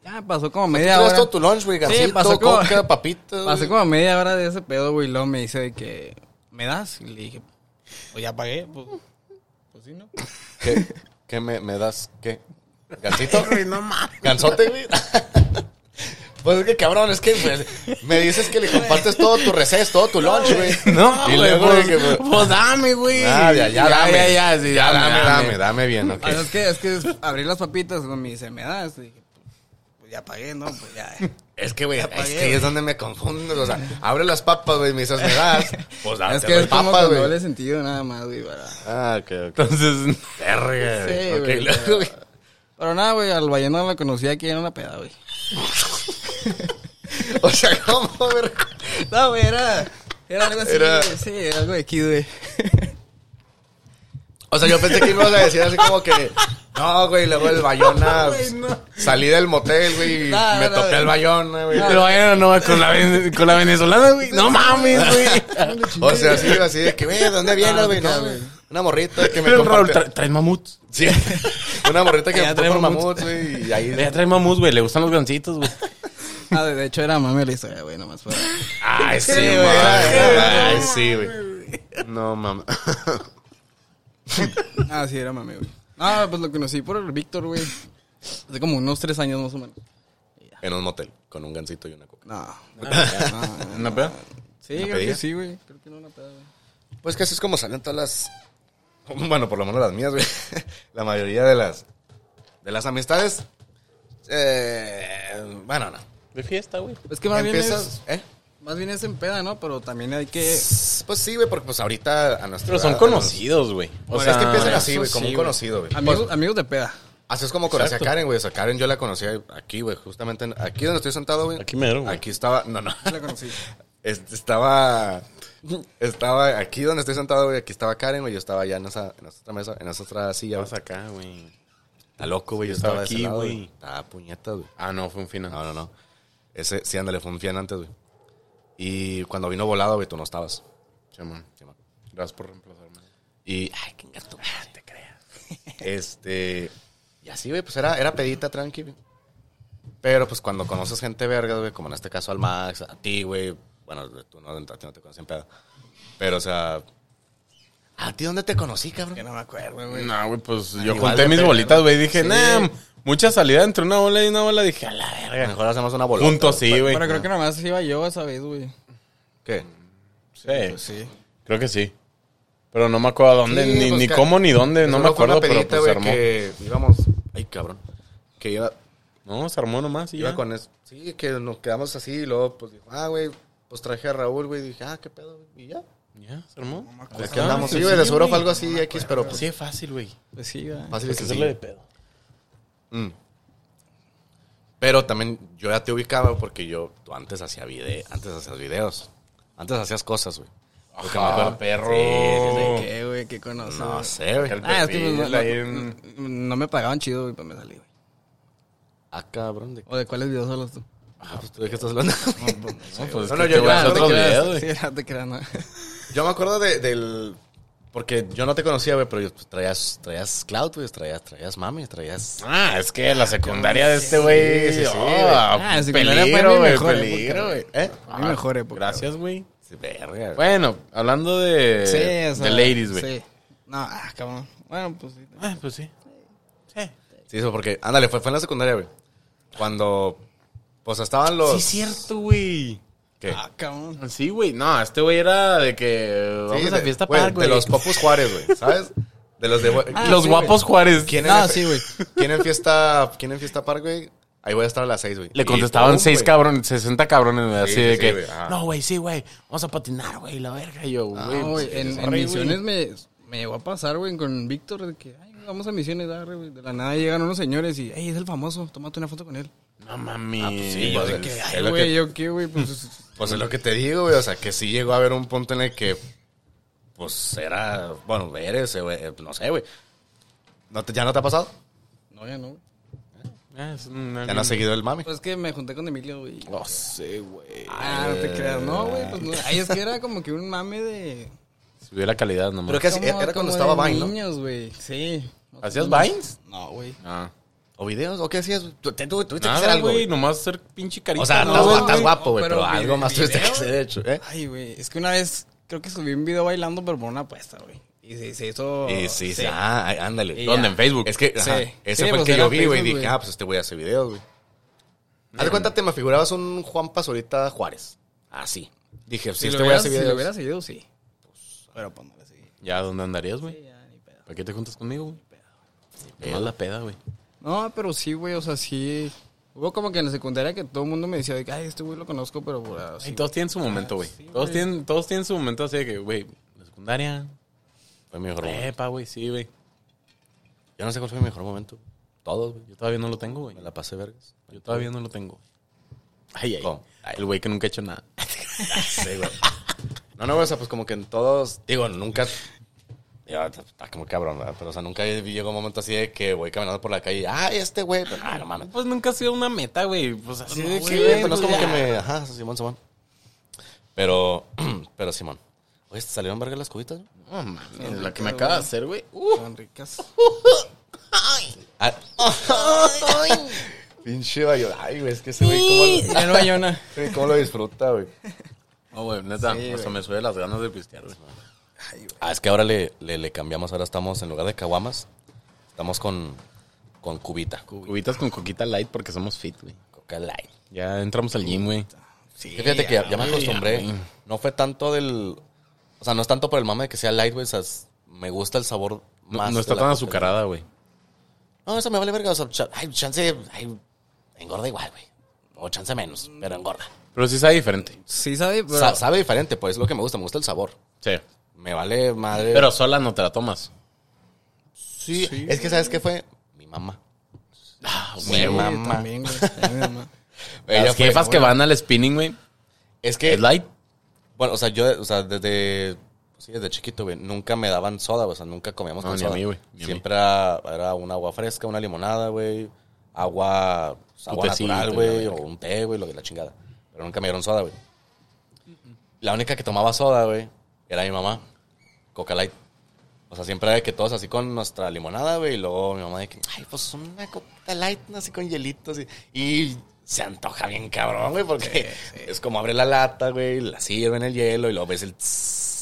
Ya pasó como media Traes hora. todo tu lunch, güey, gansito, pasó como- coca, papitas. Pasó como media hora de ese pedo, güey. Y luego me dice de que, ¿me das? Y le dije, pues ya pagué, pues, pues sí, ¿no? ¿Qué, qué me, me das? ¿Qué? ¿Gansito? ¿Gansote, güey? (laughs) Pues es que cabrón, es que pues, me dices que le compartes todo tu receso, todo tu lunch, güey. No, güey, y luego pues, de que, pues, pues dame, güey. ah, ya, ya, dame. Ya, ya, sí, Ya, dame, dame. dame bien, ok. Ah, es que, es que abrí las papitas, güey, me dice, ¿me das? Y dije, pues, pues ya pagué, ¿no? Pues ya. eh. Es que, güey, es pagué, que ahí es donde me confundo. O sea, abre las papas, güey, me dices, me das. Pues dame Es que es como papas, con güey. doble sentido nada más, güey, para... Ah, ok, ok. Entonces, (laughs) Verga, Sí, güey. Ok, güey, luego, pero- güey. Pero nada, güey, al Vallenado la conocía aquí en una peda, güey. O sea, ¿cómo, ver? (laughs) No, güey, era, era algo así, Era- güey, sí, era algo de aquí, güey. O sea, yo pensé que ibas a decir así como que. No, güey, luego el Bayona. (laughs) Güey, no. Salí del motel, güey, y No, me no, topé no. el Bayona, güey. pero bueno, no, va con la, ven- con la venezolana, güey. No mames, (laughs) güey. O sea, así, así de que, güey, ¿de dónde vienes, No, güey? No, no, güey. güey. Una morrita que me Pero Raúl, tra- compartió. traes mamuts. Sí. Una morrita que Ya me trae por mamuts. mamut, güey, y ahí. Ya trae mamuts, güey. Le gustan los gancitos, (laughs) güey. (laughs) Ah, de de hecho era mami la historia, güey, nomás para... Ah, Ay, sí, güey, güey. era- Ay, sí, güey. No, mames. (laughs) Ah, sí, era mami, güey. Ah, pues lo conocí por el Víctor, güey. Hace como unos tres años más o menos. (laughs) En un motel, con un gancito y una coca. Ah, No. no, no. ¿Una peda? Sí, ¿Una creo pedilla? que sí, güey. Creo que no una peda, güey. Pues que así es como salen todas las. Bueno, por lo menos las mías, güey. (laughs) La mayoría de las. De las amistades. Eh, bueno, no. De fiesta, güey. Es que más bien Empiezas. es... ¿Eh? Más bien es en peda, ¿no? Pero también hay que. Pues sí, güey, porque pues ahorita a nuestra Pero son edad, a los- conocidos, güey. O Bueno, sea, es que empiezan eso así, güey, como sí, un güey. conocido, Ah, güey. Amigos, amigos de (laughs) peda. Así es como conocí a Karen, güey. O sea, Karen yo la conocí aquí, güey, justamente en- aquí donde estoy sentado, güey. Aquí mero, güey. Aquí estaba, no, (laughs) no. Ya La conocí. Este, estaba. Estaba aquí donde estoy sentado, güey. Aquí estaba Karen, güey. Yo estaba allá en esa, en esa otra mesa, en esa otra silla, güey. Vas acá, güey. Está loco, güey. Yo estaba estaba, de ese aquí, lado, güey. güey. Estaba puñeta, güey. Ah, no, fue un final. No, no, no. Ese, sí, ándale, fue un fian antes, güey. Y cuando vino volado, güey, tú no estabas. Chema, Simón. gracias por reemplazarme. Y. Ay, qué engato, Ah, te creas. (laughs) Este. Y así, güey, pues era, era pedita tranqui, güey. Pero pues cuando conoces gente verga, güey, como en este caso al Max, a ti, güey. Bueno, tú no, a ti no te conocen pedo. Pero, o sea. ¿A ti dónde te conocí, Que cabrón? no me acuerdo, güey. No, güey, pues yo igual junté de mis pedo, bolitas, ¿no? güey. Dije, Sí. nah, mucha salida entre una bola y una bola. Dije, a la verga. Mejor hacemos una bolota. Juntos sí, güey. Pero creo que nomás iba yo esa vez, güey. ¿Qué? Sí, Pues sí. creo que sí. Pero no me acuerdo dónde, Sí, ni, pues, ni ca- cómo ni dónde, no me Solo fue acuerdo, una pero pedita, pues se güey, armó. que íbamos. Ay, cabrón. Que iba. No, se armó nomás y Iba ya. con eso. Sí, que nos quedamos así y luego, pues, dijo, ah, güey, pues traje a Raúl, güey. Dije, ah, qué pedo, güey. Y ya. Ya, se armó. Pues Acá que andamos. Sí, Sí, güey, de seguro fue algo así X, pero pues Así de fácil, güey. Pues sí, güey. fácil Hay y que hacerle de sencillo. pedo. Mm. Pero también yo ya te ubicaba porque yo, tú antes hacía vide- antes hacías videos. Antes hacías cosas, güey. Lo que me acuerdo- perro. Oh. Sí, ¿Qué, güey? ¿Qué conoces? sí, sí. No güey? sé, güey. Ah, es que pues, no, Perfil, ahí no- no me pagaban chido, güey, pues me salí, güey. Ah, cabrón. De... ¿O de cuáles videos hablas tú? Ah, pues tú de qué estás hablando. No, (laughs) pues que No, no, te yo- voy a yo- hacer yo- otro yo- video, güey. (laughs) Eh, Sí, no te creas, no. yo me acuerdo de- del. Porque yo no te conocía, güey, pero yo, pues, traías, traías Cloud, güey, traías, traías Mami, traías. Ah, es que la secundaria de este güey. sí, sí, oh, güey. Ah, secundaria fue peligro, mi güey. mejor Peligro, época, güey. ¿Eh? Mi mejor época, Gracias, güey. Sí, verga. güey. Bueno, hablando de, Sí, o sea, de ladies, güey. Sí. No, ah, cabrón. Bueno, pues sí. Ah, pues sí. Sí. Sí, eso porque. Ándale, fue, fue en la secundaria, güey. Cuando. Pues estaban los. Sí, cierto, güey. ¿Qué? Ah, cabrón. Sí, güey. No, este güey era de que eh, Sí, vamos a de- fiesta güey, par, güey. De los Popus Juárez, güey, ¿sabes? De los de... Ah, Los sí, guapos Juárez. ¿Quién No, es? (laughs) sí, güey. ¿Quién en fiesta, quién en fiesta par, güey? Ahí voy a estar a las seis, güey. Le Y contestaban pum, seis güey. cabrones, 60 cabrones, güey, así sí, de sí, que, güey, ajá. Ah, no, güey, sí, güey, vamos a patinar, güey, la verga. Y yo, güey, No, güey. pues, En, sorry, en güey. misiones me, me llegó a pasar, güey, con Víctor, de que, ay, vamos a misiones, arre, güey. De la nada llegan unos señores y, ey, es el famoso, tómate una foto con él. No mami. Ah, pues sí, Pues, güey. que- Es Ay, lo que- güey, yo qué, güey, pues. (laughs) Pues es lo que te digo, güey. O sea, que sí llegó a haber un punto en el que... Pues era... Bueno, eres, eh, güey, eh, no sé, güey. ¿No te- ¿Ya no te ha pasado? no, ya no. güey. Ah, es una- ¿Ya no has seguido el mami? Pues que me junté con Emilio, güey. No sé, güey. Ah, no te creas, no, güey, pues no. Ay, es que era como que un mame de. Subió la calidad nomás. Pero que así- era cuando estaba Vine, baño. ¿no? niños, güey. Sí. ¿Hacías vines? No, güey. Ah. ¿O videos? ¿O qué hacías? Tú- te- tú- Tuviste que hacer Nada, algo, güey, güey. nomás ser pinche carita. O sea, ¿no? estás, No, gua- estás güey. guapo, güey, Pero pero, vi- algo más tuviste que video. hacer hecho, ¿eh? Ay, güey. Es que una vez creo que subí un video bailando, pero por una apuesta, güey. Y se, se hizo. Y sí, sí, ah, ay, ándale. Y ¿Dónde? ya. ¿En Facebook? Es que, ajá, Sí. ese Sí, fue el pues que era yo vi, güey. Facebook, Dije, güey. ah, pues este güey hace videos, güey. Haz de cuenta, te me figurabas un Juan Pazurita Juárez. Así. Dije, Si, si lo este güey hubiera, hace si lo videos. hubiera seguido, sí. Pero pues no le seguí. Ya, ¿dónde andarías, güey? Ya, ni pedo. ¿Para qué te juntas conmigo, güey? Nomás la peda, güey. No, pero sí, güey. O sea, sí. Hubo como que en la secundaria que todo el mundo me decía, de que, ay, este güey lo conozco, pero por Y Ah, así. todos tienen su momento, güey. todos, tienen, todos tienen su momento así de que, güey, la secundaria, Fue mi mejor momento. prepa, güey, sí, güey. Yo no sé cuál fue mi mejor momento. Todos, güey. Yo todavía no lo tengo, güey. Me la pasé vergas. Yo todavía no lo tengo. Ay, ay. ¿Cómo? Ah, El güey que nunca ha hecho nada. Sí, güey. No, no, güey, o sea, pues como que en todos. Digo, nunca. Digo, está- está como cabrón, ¿verdad? Pero, o sea, nunca llegó un momento así de que voy caminando por la calle. Ah, este güey. Pero, ah, no mames. Pues nunca ha sido una meta, güey. Pues así Sí, de güey, que, güey, pero no es pues como que ya. me. Ajá, Simón, Simón. Pero, (clears throat) pero Simón. Oye, ¿te salieron verga las cubitas? güey? No, mames, la que me acaba de hacer, güey. Uh, Son ricas. Ah. (laughs) Pinche bayo. Ay, güey, es que ese güey, ¿cómo Ya no hay una. lo, güey, cómo lo disfruta, güey? No, güey, neta. Sí, hasta güey. me sube las ganas de pistear, güey. Ah, es que ahora le, le, le cambiamos. Ahora estamos, en lugar de caguamas, estamos con, con cubita. Cubitas con coquita light porque somos fit, güey. Coca Light. Ya entramos al gym, güey. Sí. Fíjate que ya, ya me acostumbré. No fue tanto del... O sea, no es tanto por el mame de que sea light, güey. O sea, es- me gusta el sabor No, más. no está de la tan Coca. azucarada, güey. No, eso me vale verga. O sea, cha- ay, chance... ay, engorda igual, güey. O chance menos, pero engorda. Pero sí sabe diferente. Sí, sabe, pero. Sa- sabe diferente, pues es lo que me gusta. Me gusta el sabor. Sí. Me vale madre. Pero sola no te la tomas. sí, Es que, ¿sabes qué fue? Mi mamá. Ah, Sí, huevo. mamá. También, (laughs) güey. también mi mamá. Las fue- jefas que Eh, van al spinning, güey. Es que. Es light. Bueno, o sea, yo, o sea, desde, pues sí, desde chiquito, güey, nunca me daban soda, güey, o sea, nunca comíamos No, con ni soda. a mí, güey, ni a mí. Siempre era, era un agua fresca, una limonada, güey, agua, pues, agua tecito, natural, y güey, la o un té, güey, lo de la chingada. Pero nunca me dieron soda, güey. La única que tomaba soda, güey, era mi mamá, Coca Light. O sea, siempre era de que todos así con nuestra limonada, güey, y luego mi mamá de que, ay, pues una Coca Light, ¿no? así con hielitos, y, y se antoja bien cabrón, güey, porque es como abre la lata, güey, la sirven el hielo, y luego ves el...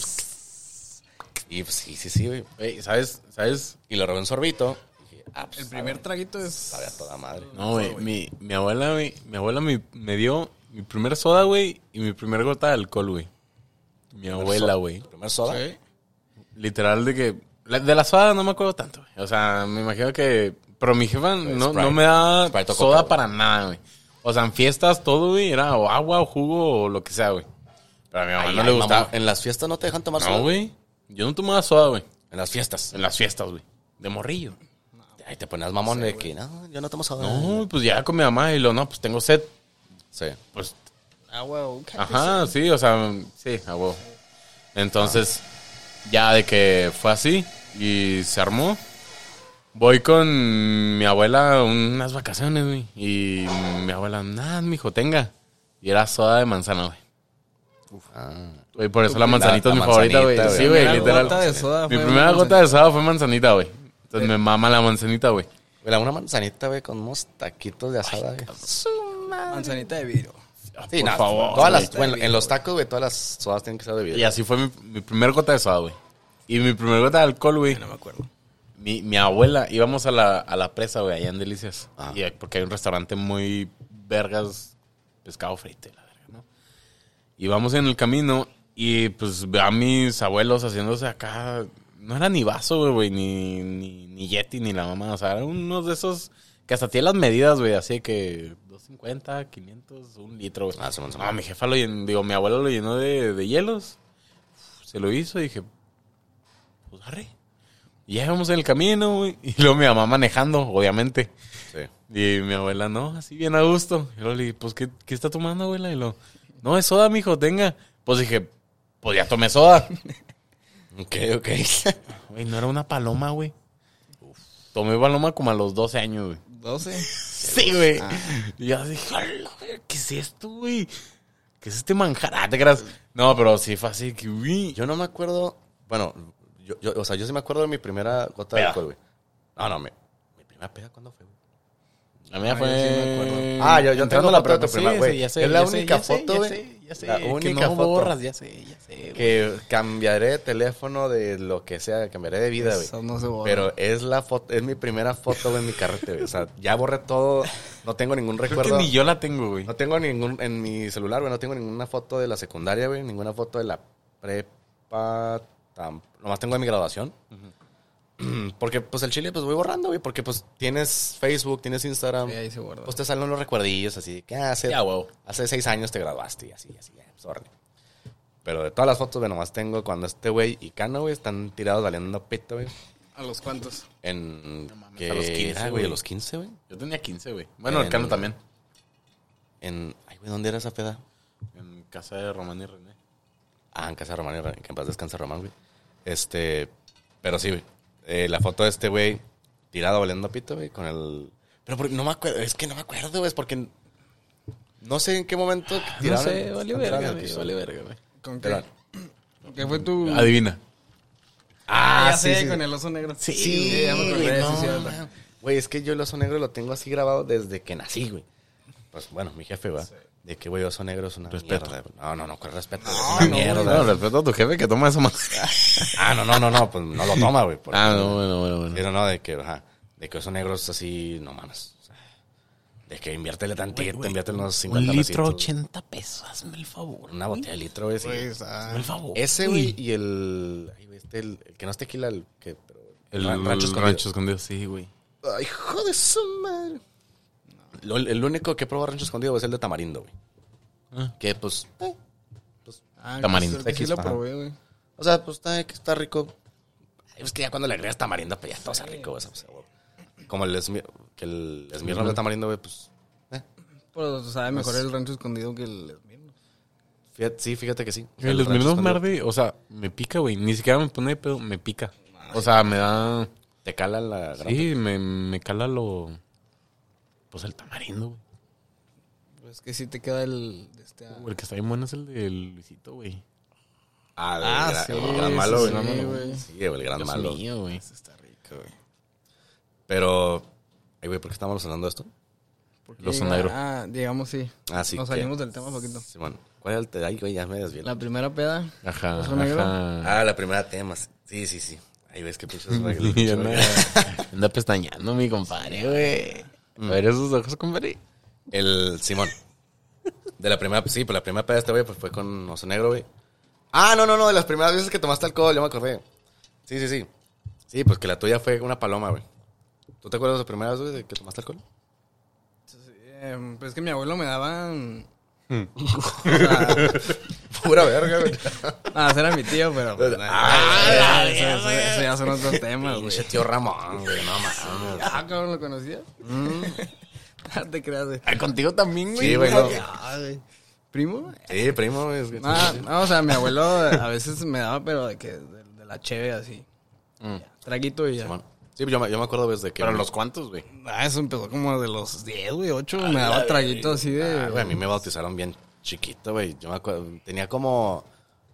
tss. Y pues sí, sí, sí, güey. Güey, ¿sabes? ¿Sabes? Y lo robé un sorbito. y dije, ah, pues, El primer sabe- traguito es. Sabe a toda madre. No, güey. Mi, mi abuela, güey. Mi abuela me, me dio mi primer soda, güey. Y mi primer gota de alcohol, güey. Mi abuela, güey. Primer soda. Sí. Literal de que... la- De la soda no me acuerdo tanto, güey. O sea, me imagino que... Pero mi jefa no, Pues, Sprite. no me da Sprite o Coca, soda güey. para nada, güey. O sea, en fiestas todo, güey. Era o agua o jugo o lo que sea, güey. Pero a mi mamá Ay, no ay, le mamá, gustaba. En las fiestas no te dejan tomar soda. No, güey. Yo no tomaba soda, güey. En las fiestas. En las fiestas, güey. De morrillo. Ahí te ponías mamón de que, no, yo no tomo soda. No, pues ya con mi mamá y lo, no, pues tengo sed. Sí. Pues, Agua, Ah, un ajá, sí, o sea, sí, a huevo. Entonces, ya de que fue así y se armó. Voy con mi abuela a unas vacaciones, güey. Y mi abuela, nada, mijo, tenga. Y era soda de manzana, güey. Ah. Güey, por eso la manzanita La- es mi la favorita, güey. manzanita, Sí, güey. güey, Mi primera literal. gota de soda mi fue primera manzanita. gota de soda fue manzanita, güey. Entonces me mama la manzanita, güey. Mira, una manzanita, güey, con unos taquitos de asada, güey. Manzanita de vidrio. Sí, Ah, Por no, favor, Todas güey. las, bueno, en los tacos, güey, todas las sodas tienen que ser de Y vidrio. así fue mi, mi primer gota de soda, güey. Y mi primer gota de alcohol, güey. No me acuerdo. Mi, mi abuela, íbamos a la, a la presa, güey, allá en Delicias. Ah. Y, eh, porque hay un restaurante muy vergas, pescado frito, y la verga, ¿no? Íbamos en el camino y pues ve a mis abuelos haciéndose acá. No era ni vaso, güey, güey, ni, ni, ni Yeti, ni la mamá. O sea, eran unos de esos que hasta tiene las medidas, güey. Así que 250, 500, un litro, güey. Ah, Simón, Simón. no, mi jefa lo llenó, digo, mi abuela lo llenó de, de hielos. Se lo hizo y dije, pues arre. Y ya íbamos en el camino, güey. Y luego mi mamá manejando, obviamente. Sí. Y mi abuela, no, así bien a gusto. Y luego le dije, pues, ¿qué, qué está tomando, abuela? Y lo, no, es soda, mijo, tenga. Pues dije, pues ya tomé (laughs) soda. Ok, ok. (laughs) Güey, no era una paloma, güey. Tomé paloma como a los 12 años, güey. 12. Sí, güey. Y yo dije, "Ala, güey, ¿qué es esto, güey? ¿Qué es este manjar? Ah, te creas. No, pero sí fue así que, güey. yo no me acuerdo, bueno, yo, yo- o sea, yo sí me acuerdo de mi primera gota de Peda. alcohol, güey. No, no, mi, mi primera peda, ¿cuándo fue, güey? La mía Ah, fue. yo sí me acuerdo. Ah, yo- yo tengo entrando a foto de tu prima, sí, güey. sí, ya sé, Es la ya sé, única ya sé, foto, ya güey. sé, ya sé, La que única no foto. borras, ya sé, ya sé. güey. Que cambiaré de teléfono de lo que sea, cambiaré de vida, güey. Eso no se borra. Pero es la foto, es mi primera foto, güey, en mi carrete, güey. O sea, ya borré todo, no tengo ningún Creo recuerdo. que ni yo la tengo, güey. No tengo ningún, en mi celular, güey, no tengo ninguna foto de la secundaria, güey, ninguna foto de la prepa, tam- nomás tengo de mi graduación. (clears throat) Porque, pues, el chile, pues, voy borrando, güey, porque, pues, tienes Facebook, tienes Instagram, Sí, ahí se guarda. pues, te salen los recuerdillos, así, de que ah, hace, Ya, huevo. hace seis años te graduaste, y así, así, ya, pues, órale. Pero de todas las fotos, güey, nomás tengo cuando este güey y Cano, güey, están tirados valiendo pito, güey, ¿A los cuantos? en... mames, ¿qué a los 15, era, güey. güey, a los 15, güey. Yo tenía 15, güey. Bueno, el En- Cano también. En... Ay, güey, ¿dónde era esa peda? En casa de Román y René. Ah, en casa de Román, y René, que en paz descansa Román, güey. Este, pero sí, güey. Eh, la foto de este güey tirado volando pito, güey, con el... Pero porque no me acuerdo, es que no me acuerdo, güey, es porque... Ah, No sé en qué momento tiraron... tiraron al piso. verga, güey. ¿Con qué? Pero- ¿Qué fue tu...? Adivina. Ah, ya sí, sé, sí. con el oso negro. Sí, ya me acordé, güey, sí, no, cierto. man. Güey, es que yo el oso negro lo tengo así grabado desde que nací, güey. Pues bueno, mi jefe, va. De que, güey, oso negro es una Respeto. mierda. No, no, no, con respeto. güey, No, es no, una mierda. No, respeto a tu jefe que toma esa madre. (laughs) Ah, no, no, no, no, pues no lo toma, güey. porque- Ah, no, bueno, bueno, bueno. Pero no, de que, ajá, de que esos negros así, no mames. O sea, de que inviértele tantito, inviértele unos 50 pesitos. pesos, hazme el favor. Una botella de litro, güey. sí. Güey, Pues, está- Hazme el favor. Ese, güey, y el, ay, güey, este, el, el que no es tequila, el que... Pero, El Ra- rancho escondido. Escondido. sí, güey. Ay, hijo de su madre. Lo- el único que probó rancho escondido güey, es el de tamarindo, güey. Que pues, eh, Ah, Tamarindo. creo que Sí, X, lo ajá. probé, güey. o sea, pues está, está rico. Ay, Es que ya cuando le agregas tamarindo, pues ya todo está rico, güey, o sea, pues, a huevo. Como el esmirno, que el esmirno de tamarindo, güey, pues. eh, Pero sabe Pues, mejor Pues el rancho escondido que el Esmirno. fíjate- sí, fíjate que sí. Güey, Los rancho menos escondido mardi, o sea, me pica, güey. Ni siquiera me pone de pedo, me pica. O sea, me da. Te cala la grapa. Sí, me, me cala lo. Pues el tamarindo, güey. Pues que sí te queda el. de Este, ah, Güey, El que está bien bueno es el del Luisito, güey. Ah, el, Ah, gra- sí, el gran sí, malo, sí, güey. güey. Sí, güey, el gran Dios malo. mío, güey. está rico, güey. Pero, ay, güey, ¿por qué estamos hablando de esto? Porque Los llega- soneros. Ah, digamos, sí. Ah, sí, Nos ¿qué? salimos del tema un poquito. Simón, ¿cuál era el te- Ay, güey, ya me desvié. La primera peda. Ajá, ¿Oso negro? ajá. Ah, la primera tema. Sí, sí, sí. Ahí ves que (laughs) pinches reglas. Y anda, (laughs) anda pestañando mi compadre, güey. A ver esos ojos, compadre. El Simón. De la primera, sí, pues la primera peda de este güey pues fue con Oso Negro, güey. Ah, no, no, no, de las primeras veces que tomaste alcohol, yo me acordé. Sí, sí, sí. Sí, pues que la tuya fue una paloma, güey. ¿Tú te acuerdas de las primeras veces que tomaste alcohol? (laughs) Eh, pues es que mi abuelo me daba. mm, o sea, Pura verga, güey. no, ese era mi tío, pero. (laughs) pues, Ah, eso, eso- eso ya son (laughs) otros temas, güey. Pinche tío Ramón, güey, no mames. Ah, cabrón, ¿lo conocías? (laughs) Ah, te creas, güey. contigo también, Sí, Mm. (laughs) güey, no. Ah, güey. ¿Primo? Sí, primo, güey. es que- Ah, no, o sea, mi abuelo a veces me daba, pero de que de, de la cheve así. Ya, Traguito y ya. Mm. Simón. Sí, yo me, yo me acuerdo desde que. Pero los cuantos, güey. Ah, eso empezó como de los 10, güey, 8. Me Ah, daba güey. traguito así Ah, güey, de. a mí me bautizaron bien chiquito, güey. Yo me acuerdo. Tenía como.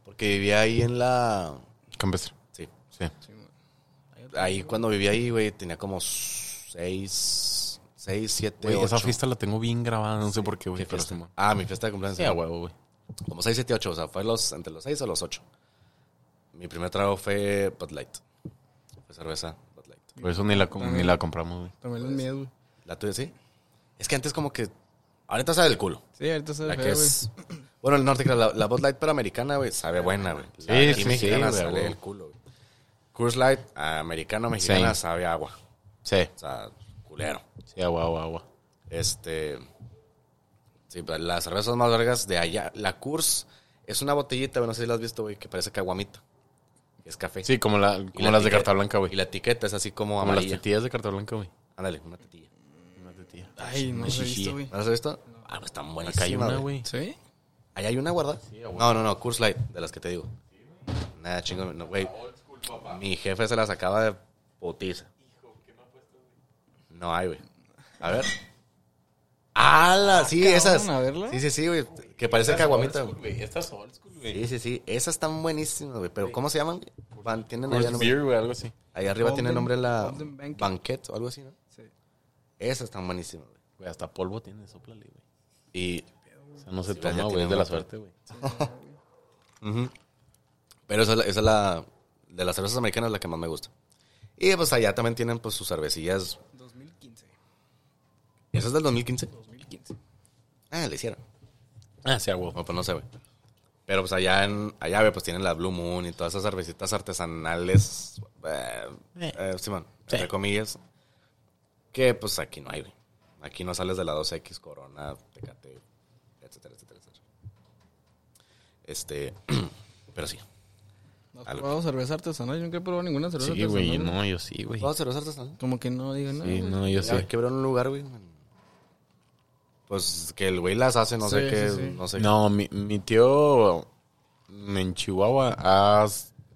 Porque vivía ahí en la. Campestre. Sí. Sí. Ahí cuando vivía ahí, güey, tenía como seis. Seis, siete. Güey, esa ocho. fiesta la tengo bien grabada, no sé por qué, güey. ¿Qué Pero fiesta? Simón. Ah, mi fiesta de cumpleaños. Sí, a huevo, güey. Como seis, siete, ocho. O sea, fue los, entre los seis o los ocho. Mi primer trago fue Bud Light. Fue cerveza Bud Light. Por eso ni la, com- ni la compramos, güey. Tomé los miedos, güey. ¿La tuya sí? Es que antes como que... Ahorita sabe el culo. Sí, ahorita se La ve, que güey. es. Bueno, el norte, la, la Bud Light pero americana, güey, sabe buena, güey. La Sí, aquí sí, sí, mexicana güey, sale güey. del culo, güey. Coors Light, americano, mexicana, Sí. sabe a agua. Sí. O sea, culero. Sí, agua, agua, agua. Este. Sí, pero las cervezas más largas de allá. La Coors es una botellita, güey, no sé si la has visto, güey, que parece caguamita. Es café. Sí, como, la, Y como la las de etiqueta- carta blanca, Y güey. la etiqueta es así como Como las amarilla. tetillas de carta blanca, güey. Ándale, una tetilla. Una tetilla. Ay, no me se he chichí. visto, güey. ¿No las has visto? Ah, pues están buenas. Acá hay una, güey. ¿Sí? ¿Allá hay una guarda? no, no, no, Curse Light, de las que te digo. Nada, chingo, no, güey. Mi jefe se las acaba de putiza. No hay, güey. A ver. ¡Hala! Sí, Ah, cabrón, esas. a verla. Sí, sí, sí, güey. Que parece caguamita. güey. Estas old school, güey. Sí, sí, sí. Esas están buenísimas, güey. Pero ¿cómo se llaman? Van- tienen allá, Coors nombre, Beer, güey, algo así. allá arriba tiene Golden- nombre la Golden Banquet. banquet o algo así, ¿no? Sí. Esas están buenísimas, güey. Güey, hasta polvo tiene, soplale, güey. Y O sea, no se ya toma, tiene güey, es de la rato. suerte, güey. Ujú. Pero esa, es la- esa es la. De las cervezas americanas la que más me gusta. Y pues allá también tienen pues sus cervecillas. 2015. ¿Esa es del 2015? 2015. Ah, le hicieron. Ah, sí, agua. No, pues no sé, güey. Pero pues allá en. Allá, güey, pues tienen la Blue Moon y todas esas cervecitas artesanales. Eh, Eh. eh, Simón, Sí. entre comillas. Que pues aquí no hay, güey. Aquí no sales de la 2X, Corona, Tecate, etcétera, etcétera, etcétera. Este. (clears throat) pero sí. ¿No has Algo. probado cerveza artesanal? Yo nunca he probado ninguna cerveza Sí, artesanal. güey, no, yo sí, güey. ¿Todas cervezas artesanales? Como que no digan nada. Sí, güey. no, yo Ya sí. quebró en un lugar, güey. Pues que el güey las hace, no Sí, sé qué, sí, sí. no sé No, mi, mi tío en Chihuahua ha-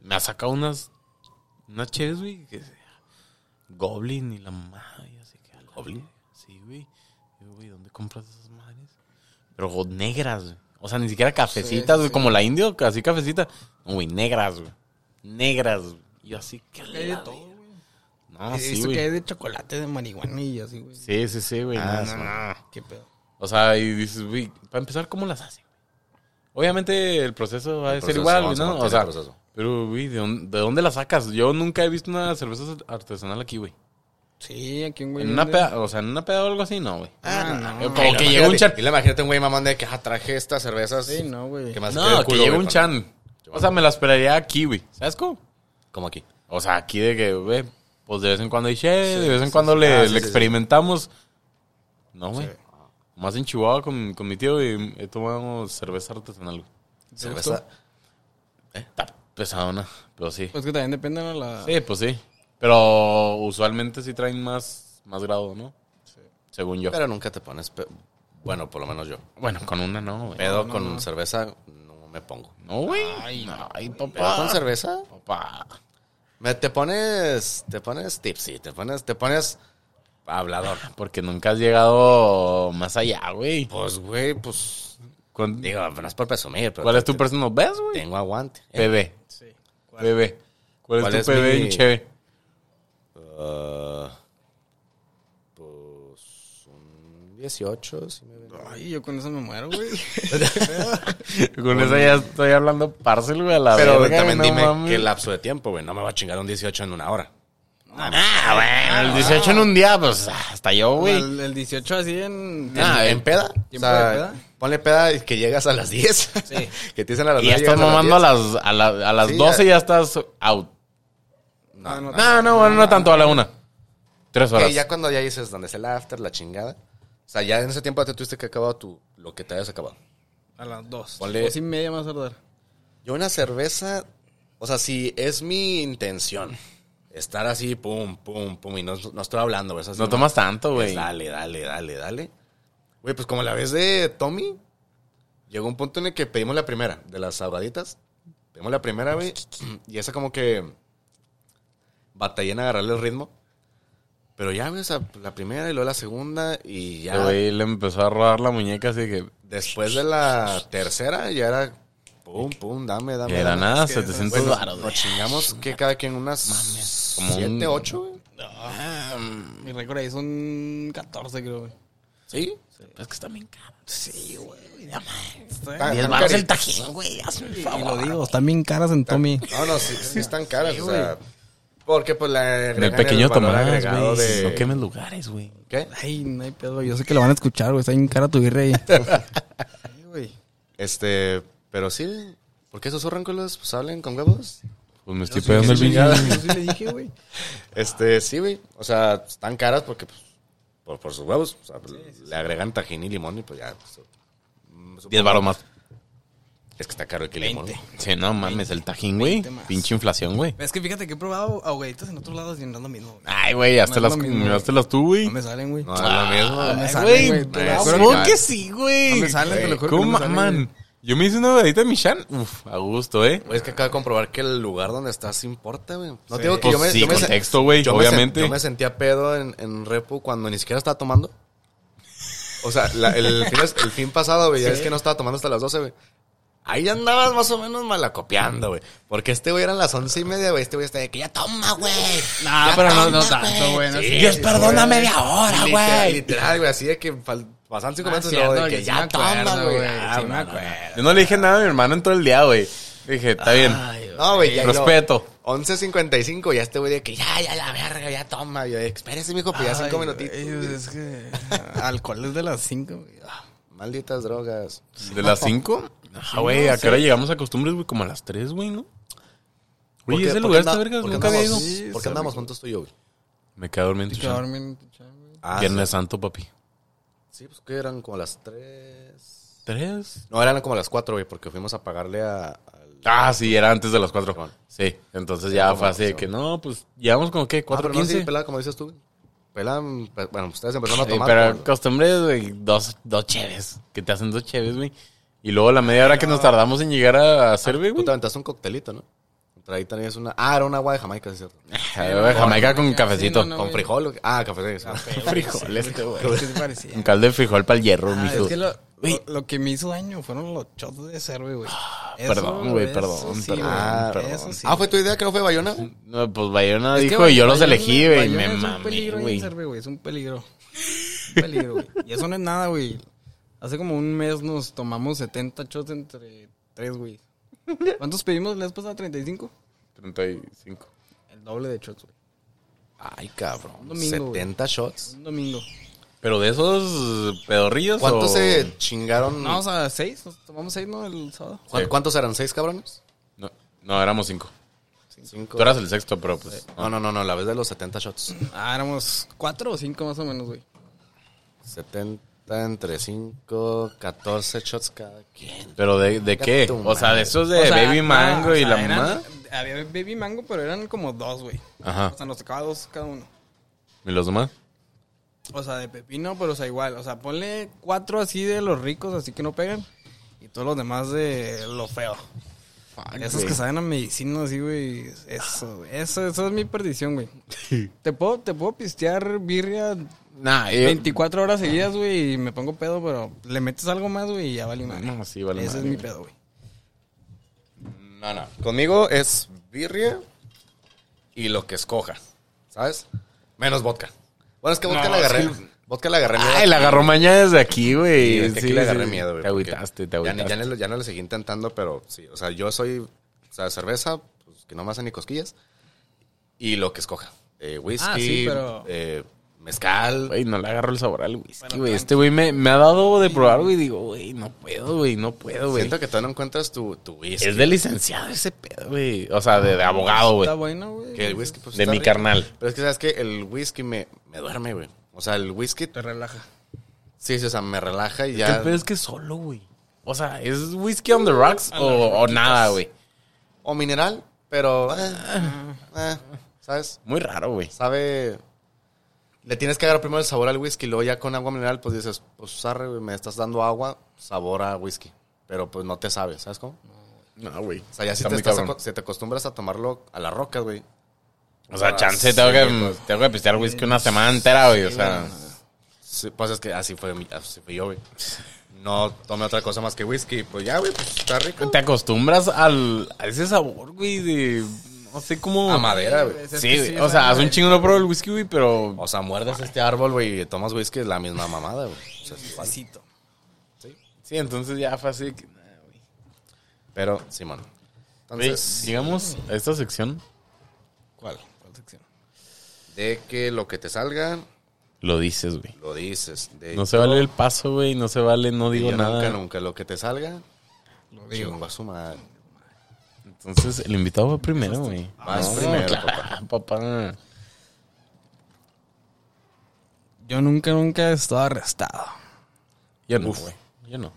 me ha sacado unas, unas cheves, güey. que se- Goblin y la madre. y Así que, a la verga. Sí, güey. Yo, güey, ¿dónde compras esas madres? Pero go- negras, güey. O sea, ni siquiera cafecitas, güey, como la indio, así cafecita. No, güey, negras, güey. Negras, güey. Yo así que... Que hay la de todo, verga. güey. No, Ah, He sí, visto que hay güey. de chocolate, de marihuana y así, güey. Sí, sí, sí, güey. Ah, no, sí, no, no. ¿Qué pedo? O sea, y dices, güey, para empezar, ¿cómo las hacen? Obviamente el proceso va a El ser proceso, igual, vamos a ¿no? mantener O sea, el proceso. pero, güey, ¿de, dónde- de dónde las sacas? Yo nunca he visto una cerveza artesanal aquí, güey. Sí, aquí un güey. En una vende- eh. peda, o sea, en una peda o algo así, no, güey. Ah, no. Yo no. como qué. que llega un chan. Y le imagínate un güey mamón de que ah, traje estas cervezas. Sí, no, güey. Que más No, que llega un chan. chan. O sea, me la esperaría aquí, güey. ¿Sabes cómo? Como aquí. O sea, aquí de que, güey, pues de vez en cuando hay che, de vez en cuando sí. le, Ah, sí, le sí, sí. experimentamos. No, güey. Más en Chihuahua con, con mi tío y he tomado cerveza artesanal. güey. Cerveza. Está pesadona, pero sí. Pues que también depende de la... Sí, pues sí. Pero usualmente sí traen más, más grado, ¿no? Según yo. Pero nunca te pones. pe- Bueno, por lo menos yo. bueno, con una no, güey. Pedo con cerveza no me pongo. No, güey. Ay, Ay, ¿Pedo con papá. cerveza? Papá. Me, te pones. Te pones tipsy, te pones. Te pones. Hablador. Porque nunca has llegado más allá, güey. Pues, güey, pues. Con- Digo, no es por presumir, pero. ¿Cuál es tu personal best, güey? Tengo aguante. Eh, PB. Sí. PB. ¿Cuál, ¿Cuál es es tu PB mi- en Cheve? Eh, uh, pues. Un 18, si me ven. Ay, yo con eso me muero, güey. Con eso ya estoy hablando parcel, güey, a la Pero verga, también güey, no dime mames. qué lapso de tiempo, güey. No me va a chingar un 18 en una hora. Ah, bueno, el 18 en un día, pues ah, hasta yo, güey. el, el 18 así en... Ah, ¿En, eh. en peda? ¿Tiempo de peda? Ponle peda y que llegas a las 10. Sí. (laughs) que te dicen a las Y ya 9, estás llegas mamando a 10. las, a la- a las Sí, 12 ya. ya. estás out. No, no, No, no, bueno, no tanto a la una. Tres horas. Que ya cuando ya dices dónde es el after, la chingada. O sea, ya en ese tiempo ya te tuviste que acabado tu, lo que te hayas acabado. A las 2. Ponle- Dos y media más tardar. Yo una cerveza, o sea, si es mi intención estar así, pum, pum, pum, y no, no estoy hablando, güey. es así, No tomas tanto, Pues güey. dale, dale, dale, dale. Güey, pues como la vez de Tommy, llegó un punto en el que pedimos la primera, de las ahogaditas. Pedimos la primera, güey. Y esa como que batallé en agarrarle el ritmo. Pero ya, güey, o sea, la primera y luego la segunda y ya. El güey le empezó a rodar la muñeca, así que... Después de la tercera ya era pum, pum, dame, dame. Era dame. nada, es que- 700 Güey, nos, baros, nos chingamos que cada quien unas como un- siete, ocho, güey. Mm, Mi récord ahí son 14, creo, güey. Sí. Es que está bien caro. Sí, güey. Está- Diez están baros el cari- tajín, güey. Hazme el Y favor. lo digo, están bien caras en Tommy. No, no, sí, sí están caras, o sea. Porque pues la En el pequeño valor Tomás, agregado güey. de- No quemes lugares, güey. ¿Qué? Ay, no hay pedo, güey. Yo sé que lo van a escuchar, güey. Está bien cara tu birra ahí. Ay, güey. Este, pero sí, ¿por qué esos zorrancolos pues hablen con huevos? Pues me estoy pegando el billete. (laughs) Yo sí le dije, güey. Este, sí, güey. O sea, están caras porque pues, por, por sus huevos, o sea, pues, le agregan tajín y limón y pues ya. pues, mm, supongo- 10 baros más. Es que está caro el que limón. Veinte. Sí, no mames, el tajín, güey. 20 más. Pinche inflación, güey. (laughs) Es que fíjate que he probado ahogaditas en otros lados y no es lo mismo, güey. Ay, güey, hazte No es las, lo mismo. hazte las tú, güey. No me salen, güey. Ah, No, es lo mismo. Ay, me salen, güey. güey, te lo pues, juro. ¿por qué sí, güey? No me salen, te lo juro que ¿Cómo no me salen, maman? güey. Yo me hice una vedita de Michan. Uf, a gusto, ¿eh? Güey, es que acabo de comprobar que el lugar donde estás importa, güey. No te Sí. digo que Pues yo me. sí, yo me sen- contexto, güey, yo me sen- obviamente. yo me sentía pedo en, en Repu cuando ni siquiera estaba tomando. O sea, la- (laughs) el, fin, el fin pasado, güey, ya es que no estaba tomando hasta las 12, güey. Ahí andabas más o menos malacopiando, güey. Porque este güey eran las once y media, güey. Este güey está de que ya toma, güey. No, pero no, no tanto, güey. no sé. Dios, perdona media hora, Literal, literal, güey. Así de que fal- pasan cinco Ah, minutos y cierto, luego de que que sí ya me acuerdo, toma, güey. güey, Ah, sí me no, no, no. acuerdo. Yo no le dije nada a mi hermano en todo el día, güey. Dije, está bien. No, güey, ya. y luego- Respeto. 11.55, ya este güey de que ya, ya, la verga, ya toma. Yo, espérese, mijo, pues ya cinco Ay, minutitos. güey, Es (laughs) que alcohol es de las 5, güey. Ah. Malditas drogas. ¿De las 5? Ah, güey, ¿a qué hora llegamos a costumbres, güey? Como a las 3, güey, ¿no? ¿Por Oye, qué- ese por lugar qué está anda- vergas, por qué nunca había ido. andamos- Sí, ¿Por qué está andamos rico. juntos tú y yo, güey? Me quedé dormido en Y tu que chan. dormir, chavo, güey. Ah, Viernes Santo, papi. Sí, pues que eran como las 3. ¿Tres? No, eran como las 4, güey, porque fuimos a pagarle a. al- Ah, sí, era antes de las Simón. 4. Sí, entonces ya como fue así de opción. que no, pues llegamos como que Ah, pero no, sí, 4.15. pelada, como dices tú. güey. Pelada, mm, pe- bueno, ustedes empezaron a Sí, tomar. pero pero- costumbres, güey, dos, dos cheves. Que te hacen dos cheves, güey. Y luego la media hora que nos tardamos en llegar a hacer, güey. Ah, Tú te aventaste un coctelito, ¿no? Ahí tenías una. Ah, era una agua de Jamaica, sí, es cierto. (laughs) Ah, Jamaica con cafecito. no, no, Con güey. frijol. o qué? Ah, café. sí. Frijoles, este, güey. ¿Qué te parecía? Un caldo de frijol para el hierro, Ah, mijo. es que lo, Güey. lo- lo que me hizo daño fueron los shots de cerve, güey. Eso, Ah, perdón, güey, perdón, sí, güey. perdón, Ah, perdón. Eso sí, Ah, fue tu idea que no fue Bayona. güey? No, pues Bayona Es que, dijo güey, y yo los Bayona- elegí, güey. y Bayona Me es un mamé, peligro ahí en güey. Cerve, güey. Es un peligro. Un peligro, güey. Y eso no es nada, güey. Hace como un mes nos tomamos 70 shots entre tres, güey. ¿Cuántos pedimos? ¿Les pasado 35? 35. El doble de shots, güey. Ay, cabrón. Domingo, güey. 70 shots. Un domingo. Pero de esos pedorrillos. ¿Cuántos o- se chingaron? No, o sea, seis. Nos tomamos seis, ¿no? El sábado. ¿Cuán- Sí. ¿Cuántos eran? ¿Seis cabrones? No, no, éramos cinco. Cinco. Tú eras el sexto, pero pues. No, no, no, no, la vez de los 70 shots. Ah, éramos cuatro o cinco más o menos, güey. 70. Está entre 5, 14 shots cada quien. ¿Pero de, de qué? tu O sea, de madre. esos de O sea, Baby no, Mango o y sea, la eran- mamá. Ah. Había Baby Mango, pero eran como dos, güey. Ajá. O sea, nos tocaba dos cada uno. ¿Y los demás? O sea, de pepino, pero o sea, igual. O sea, ponle cuatro así de los ricos, así que no pegan. Y todos los demás de lo feo. Esos que saben a medicina, así, güey. Eso, güey. eso, eso es mi perdición, güey. Te puedo, te puedo pistear birria Nah, eh, yo- 24 horas seguidas, güey, y me pongo pedo, pero le metes algo más, güey, y ya vale madre. No, sí, vale Ese madre, es mi güey. pedo, güey. No, no. Conmigo es birria y lo que escoja, ¿sabes? Menos vodka. Bueno, es que vodka No, la agarré. es que- Vodka la agarré. Ay, la agarró mañana desde aquí, Sí, güey. es que aquí Sí, le agarré sí. miedo, güey. Te agüitaste, te porque Ya, agüitaste. ni- ya, no, le- ya no le seguí intentando, pero sí. O sea, yo soy. O sea, cerveza, pues, que no me hacen ni cosquillas. Y lo que escoja. Eh, whisky, Ah, sí, pero- eh, mezcal. Güey, no le agarro el sabor al whisky, Bueno, güey. tranqui. Este güey me, me ha dado de probar, güey. y Digo, güey, no puedo, güey, no puedo, güey. Siento que todavía no encuentras tu, tu whisky. Es de licenciado ese pedo, güey. O sea, de, de abogado, güey. Está bueno, güey. Que el whisky, pues, De está mi rico. carnal. Pero es que, ¿sabes que El whisky me, me duerme, güey. O sea, el whisky, Te relaja. sí, sí, o sea, me relaja y El ya. pedo es que solo, güey. O sea, ¿es whisky on the rocks o, o pues. nada, güey? O mineral, pero. eh, Ah. eh, ¿Sabes? Muy raro, güey. Sabe. Le tienes que agarrar primero el sabor al whisky, luego ya con agua mineral, pues dices, pues arre, güey, me estás dando agua, sabor a whisky. Pero pues no te sabe, ¿sabes cómo? No, güey. O sea, ya si Está te, muy estás cabrón. aco- si te acostumbras a tomarlo a las rocas, güey. O sea, Ah, chance, sí, tengo, que, pues. tengo que pistear whisky una semana entera, güey. O sea, Sí, pues es que así fue, mi- así fui yo, güey. No tomé otra cosa más que whisky, pues ya, güey, pues está rico. te acostumbras al, a ese sabor, güey, de... No sé cómo... A madera, güey. Es que Sí, güey. sí, o sea, sabe. hace un chingo no pruebo el whisky, güey, pero... O sea, muerdes este árbol, güey, y tomas whisky, es la misma mamada, güey. O sea, es igual. Necesito. Sí, entonces ya fue así que... nah, güey. Pero, Simón. Güey, Entonces, llegamos a esta sección. ¿Cuál? ¿Cuál sección? de que lo que te salga, Lo dices, güey. lo dices. De No se vale el paso, güey. No se vale, no digo yo nada. Nunca, nunca, lo que te salga, Lo digo. chingo a su madre. Entonces, el invitado va primero, güey. Vas primero, papá. (laughs) papá. Yo nunca, nunca he estado arrestado. Yo no, güey. Yo no.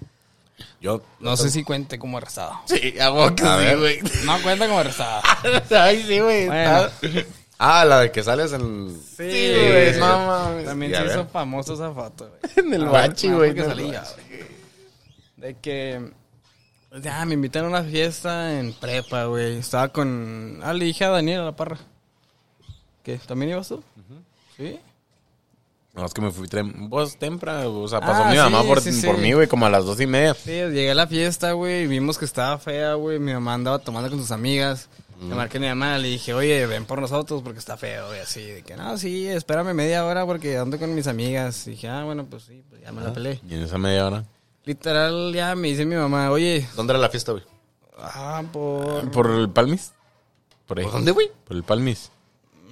Yo, No sé si cuente como arrestado. Sí, hago que A ver. (laughs) güey. No cuenta como arrestado. Ay, sí, güey. Bueno. (laughs) está- Ah, la de que sales en... Sí, güey. sí. No mames. También Y a se hizo ver. famoso esa foto, güey. (laughs) En el Ah, bachi, ah, güey. porque en el salí ya, bachi. güey. De que. pues, Ya, me invitaron a una fiesta en prepa, güey. Estaba con. Ah, le dije a Daniel a la parra. ¿Qué? ¿También ibas tú? Sí. No, es que me fui tem- vos temprano. O sea, Ah, pasó mi sí, mamá por, sí, sí. por mí, güey, como a las dos y media. Sí, llegué a la fiesta, güey, y vimos que estaba fea, güey. Mi mamá andaba tomando con sus amigas. Le marqué a mi mamá, le dije, oye, ven por nosotros porque está feo, güey, así. De que, no, sí, espérame media hora porque ando con mis amigas. Y dije, ah, bueno, pues sí, pues ya me la peleé. Y en esa media hora. Literal, ya me dice mi mamá, oye, ¿Dónde era la fiesta, güey? ah, por... ¿Por el Palmis? Por ahí. ¿Por dónde, güey? Por el Palmis.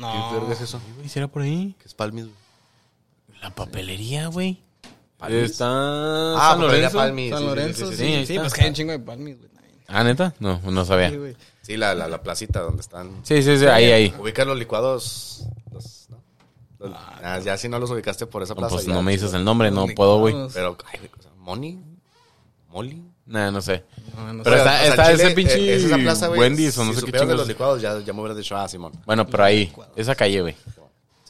Ah. ¿Qué No, verga es eso? Sí, güey, ¿será por ahí? ¿Qué es Palmis, güey? La papelería, güey. ¿Palmis? Está. Ah, San porque era Lorenzo. Palmis. San sí, sí, sí, Lorenzo, sí, sí, ahí sí, está. pues que hay un chingo de palmis, güey. también. Ah, neta? No, no sabía. Sí, güey. Sí, la, la, la placita donde están... Sí, sí, sí, ahí, ahí. Ubicas los licuados... Los, ¿no? Los- ah, ya si no los ubicaste por esa No, plaza. pues ya, no me dices chido. el nombre, no Los puedo, güey. licuados. Pero, ay, güey, o sea, ¿Moni? ¿Molly? Nah, no sé. No, no Pero sé. está- al ese pinche eh, es esa plaza, güey, Wendy's o no sé si qué supieras de chingos. los licuados, ya, ya me hubieras dicho, ah, Simón. Bueno, pero ahí, esa calle, güey.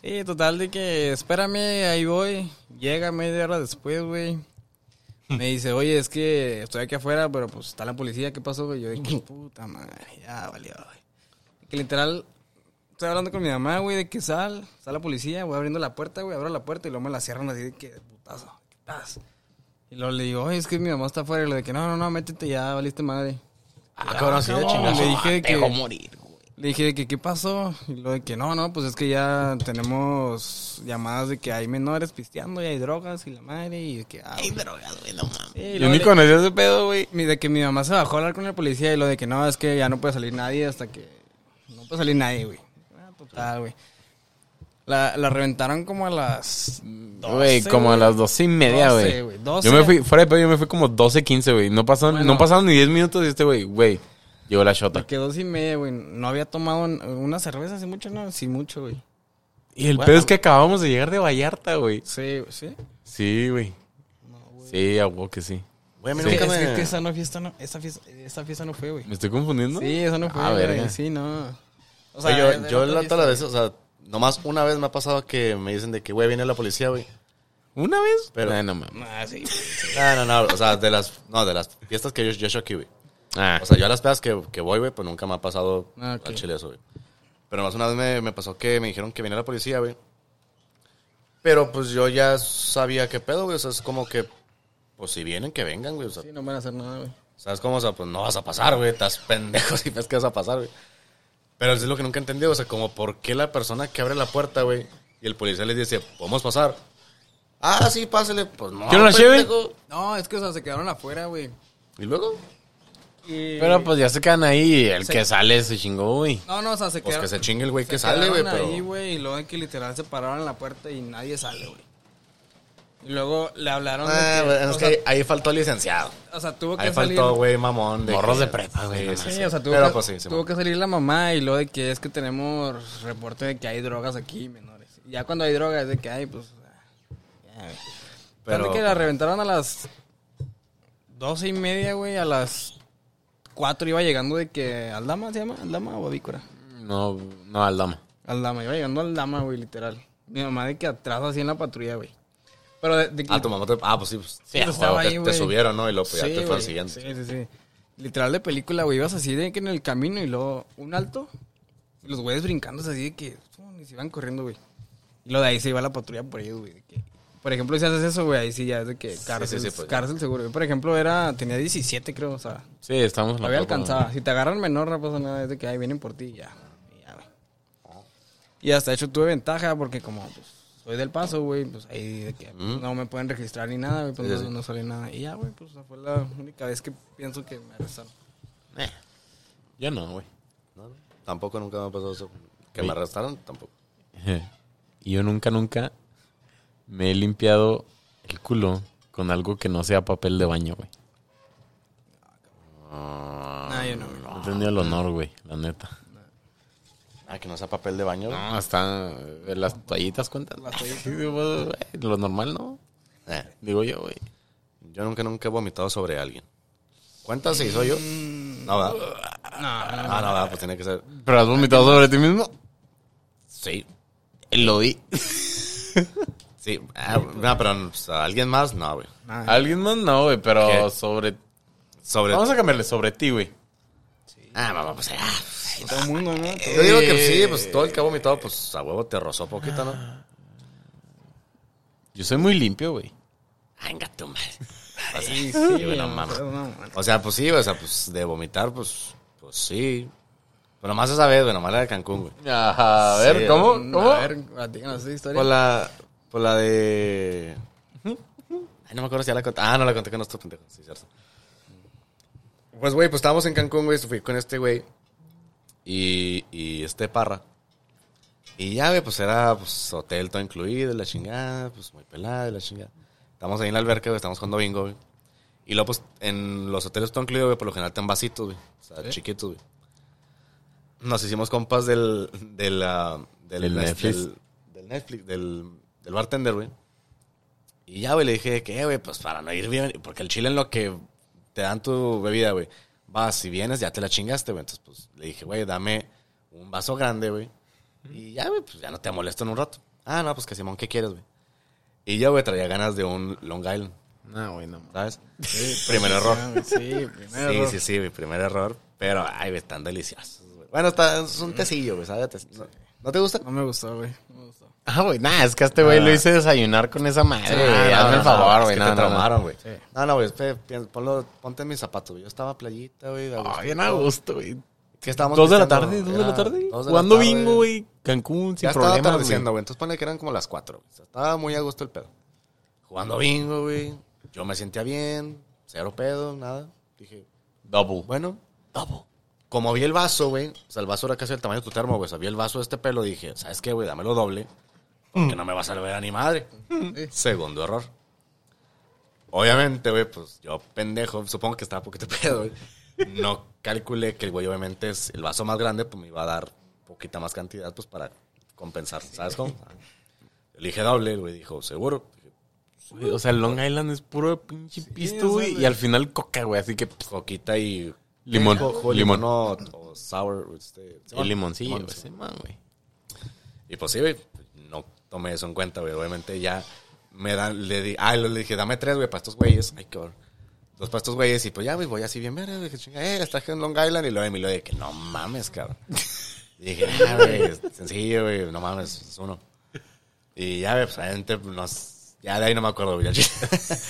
Sí, total de que espérame, ahí voy. Llega media hora después, güey. Me dice, oye, es que estoy aquí afuera, pero pues está la policía, ¿qué pasó, güey? Yo dije, puta madre, ya valió, güey. Que literal, estoy hablando con mi mamá, güey, de que sal, está la policía, voy abriendo la puerta, güey, abro la puerta y luego me la cierran así de que, de putazo, ¿qué pasa? Y luego le digo, oye, es que mi mamá está afuera, y le de que, no, no, no, métete ya, valiste madre. Ah, cabrón, sí, de No, chingazo. le dije de que... morir, güey. Le dije de que qué pasó y lo de que no, no, pues es que ya tenemos llamadas de que hay menores pisteando y hay drogas y la madre y de que ah, güey. drogas, güey, no mames. Sí, y Yo luego ni le- conocía ese pedo, güey. mi- de que mi mamá se bajó a hablar con la policía y lo de que no, es que ya no puede salir nadie hasta que no puede salir nadie, güey. Ah, total, güey. La, la reventaron como a las Güey, como a las doce y media, 12, güey. güey, 12. Yo me fui, fuera de pedo, yo me fui como 12, 15, güey. No pasaron, Bueno. no pasaron ni 10 minutos y este, güey, güey, llegó la shota. Porque dos y media, güey. No había tomado n- una cerveza hace mucho, ¿no? Sí, mucho, güey. Y el pedo es que acabamos de llegar de Vallarta, güey. Sí, sí. Sí, güey. Sí, a huevo que sí. Güey, a mí Sí. nunca Es me... que- que esa no fiesta no, esa fiesta, esa fiesta no fue, güey. ¿Me estoy confundiendo? Sí, esa no fue, Ah, güey. verga. Sí, no. O Oye, es yo, de yo otra la fiesta. todas las veces, o sea, nomás una vez me ha pasado que me dicen de que, güey, viene la policía, güey. ¿Una vez? Pero- Ay, no mames. Ah, sí. No, no, no, o sea, de las, no, de las fiestas que yo, yo he hecho aquí, güey. Ah, O sea, yo a las pedas que, que voy, güey, pues nunca me ha pasado Ah, ok. al chile eso, güey. Pero más una vez me, me pasó que me dijeron que venía la policía, güey. Pero pues yo ya sabía qué pedo, güey. O sea, es como que, pues si vienen, que vengan, güey. O sea, Sí, no van a hacer nada, güey. ¿sabes cómo? O sea, pues no vas a pasar, güey. Estás pendejo (laughs) si ves que vas a pasar, güey. Pero es lo que nunca he entendido. O sea, como por qué la persona que abre la puerta, güey, y el policía les dice, podemos pasar. Ah, sí, pásale. Pues no. ¿Quiere una cheve? pendejo. No, es que, o sea, se quedaron afuera, güey. Y luego, Y- pero pues ya se quedan ahí. El Sí. que sale se chingó, güey. No, no, o sea, se pues quedaron. que se chingue el güey se que sale, güey. quedaron ahí, Pero... güey, y luego de que literal se pararon en la puerta y nadie sale, güey. Y luego le hablaron de Ah, que- güey, o es sea, que ahí faltó el licenciado. O sea, tuvo que Ahí salir. faltó, güey, mamón. Morros que- de prepa, güey, no Sí, o sea, tuvo, Pero que, pues sí, sí, tuvo que salir la mamá y luego de que es que tenemos reporte de que hay drogas aquí, menores. Y ya cuando hay drogas es de que hay, pues... Ya, güey. Pero- Tanto que la reventaron a las doce y media, güey, a las cuatro iba llegando de que... ¿Aldama se llama? ¿Aldama o Avícora? No, no, al dama. Aldama, iba llegando al Aldama, güey, literal. Mi mamá de que atrás así en la patrulla, güey. Pero de, de que... Ah, tu mamá te. Ah, pues sí. Pues, Sí, pues, estaba güey, que ahí, te güey. subieron, ¿no? Y lo pues, ya te fue al güey, siguiente. Sí, sí, sí. Literal de película, güey. Ibas así de que en el camino y luego un alto. Y los güeyes brincándose así de que. pum, Y se iban corriendo, güey. Y lo de ahí se iba la patrulla por ellos, güey. de que- Por ejemplo, si haces eso, güey, ahí sí ya es de que cárcel, sí, pues, ya. cárcel seguro. Yo, por ejemplo, era, tenía 17, creo, o sea, Sí, estamos en lo la había prepa, alcanzado. Si te agarran menor, no pasa nada, es de que ahí vienen por ti y ya. Y ya, güey. Y hasta de hecho tuve ventaja porque, como pues, soy del paso, güey, pues ahí de que no me pueden registrar ni nada, güey, pues no, no sale nada. Y ya, güey, pues esa fue la única vez que pienso que me arrestaron. güey. Eh, yo no, güey. (laughs) No, no, Tampoco nunca me ha pasado eso. Que me arrestaron, tampoco. Y yo nunca, nunca me he limpiado el culo con algo que no sea papel de baño, güey. Ah, yo no, güey. No he tenido el honor, güey, la neta. Ah, que no sea papel de baño, güey. No, hasta eh, las toallitas cuentas. Las toallitas. Lo normal, ¿no? Eh, Digo yo, güey. yo nunca, nunca he vomitado sobre alguien. ¿Cuántas se hizo yo? Mm. No, ¿verdad? No, Ah, no, ¿verdad? Pues tiene que ser. ¿Pero has vomitado sobre ti mismo? Sí. Lo di. Sí. Ah, no, pero o sea, alguien más, no, güey. nada. Alguien más no, güey, pero ¿Qué? sobre... Sobre. Vamos a cambiarle sobre ti, güey. Ah, mamá, pues. ah, Todo el mundo, ¿no? Yo digo que sí, pues todo el que ha vomitado, pues a huevo te rozó poquito, ¿no? Yo soy muy limpio, güey. Venga, tu madre. Sí, Sí, eh, güey, no mames. pero no, mames. O sea, pues sí, o sea, pues de vomitar, pues, pues sí. Pero nomás esa vez, güey, nomás la de Cancún, güey. Ajá, a Sí, ver, ¿cómo? ¿Cómo? A ver, platícanos esa historia. Por la, por la de... Ay, no me acuerdo si ya la conté. Ah, no la conté con nuestro pendejo, sí, cierto. Pues, güey, pues estábamos en Cancún, güey, fui con este güey y, y este parra. Y ya, güey, pues era pues, hotel todo incluido, la chingada, pues muy pelada, la chingada. Estamos ahí en la alberca, güey, estamos jugando bingo, güey. Y luego, pues, en los hoteles todo incluido, güey, por lo general te dan vasitos, güey. O sea, chiquitos, güey. Nos hicimos compas del... De la, Del del, del- Netflix. Del, Netflix, del, del bartender, güey. Y ya, güey, le dije, ¿qué, güey? Pues para no ir bien, porque el chile en lo que te dan tu bebida, güey. Vas, si vienes, ya te la chingaste, güey. Entonces, pues, le dije, güey, dame un vaso grande, güey. Y ya, güey, pues ya no te molesto en un rato. Ah, no, pues que Simón, ¿qué quieres, güey? Y yo, güey, traía ganas de un Long Island, No, güey, no. ¿sabes? Primer error. Ah, güey, Sí, primero. Sí, sí, sí, mi primer error. Pero, ay, güey, están deliciosos, güey. Bueno, está, es un tecillo, güey, ¿sabes? Te- ¿No, ¿no te gusta? No me gustó, güey. No me gustó. Ah, güey, nada, es que a este güey Ah. lo hice desayunar con esa madre, güey. Ah, no, Hazme no, el no, favor, güey. es que No, te no, no. traumaron, güey. Sí. No, no, güey, espe- pi- ponlo- ponte en mis zapatos, güey. Yo estaba playita, güey. a gusto. Ay, bien a gusto, güey. ¿Qué estábamos Dos de la pisteando? tarde, dos de la Era tarde. dos de la Jugando tarde. bingo, güey. Cancún, Ya sin estaba problemas, güey. atardeciendo, güey. Entonces ponle que eran como las cuatro. güey. O sea, estaba muy a gusto el pedo. Jugando bingo, güey. Yo me sentía bien. Cero pedo, nada. Dije, Double. bueno, Como vi el vaso, güey. O sea, el vaso era casi el tamaño de tu termo, güey. O sea, vi el vaso de este pelo. Dije, ¿sabes qué, güey? Dámelo doble. Porque no me vas a ver a ni (laughs) madre. Sí. Segundo error. Obviamente, güey, pues yo pendejo, supongo que estaba poquito (laughs) pedo, güey. No calculé que el güey, obviamente, es el vaso más grande, pues me iba a dar poquita más cantidad, pues para compensar, ¿sabes cómo? Le dije doble, el güey dijo, ¿seguro? Dije, Güey, o sea, Long Island es puro de pinche pisto, güey. y al final coca, güey. Así que pff, "Pues, Coquita y. limón. Jo- jo- limón. o, o sour. Este, Y limoncillo, limón, güey. sí. sí, man, güey. Y pues sí, güey, no tomé eso en cuenta, güey. Obviamente ya me dan, le di, ah, le dije, dame tres, güey, para estos güeyes. Ay, cabrón. Dos para estos güeyes y pues ya, güey, voy así bien, verga, güey, que "Eh, chingadera, estás en Long Island. Y luego Emilio de que no mames, cabrón. Y dije, ah, güey, sencillo, güey, no mames, es uno. Y ya, güey, pues obviamente, nos, ya de ahí no me acuerdo, güey.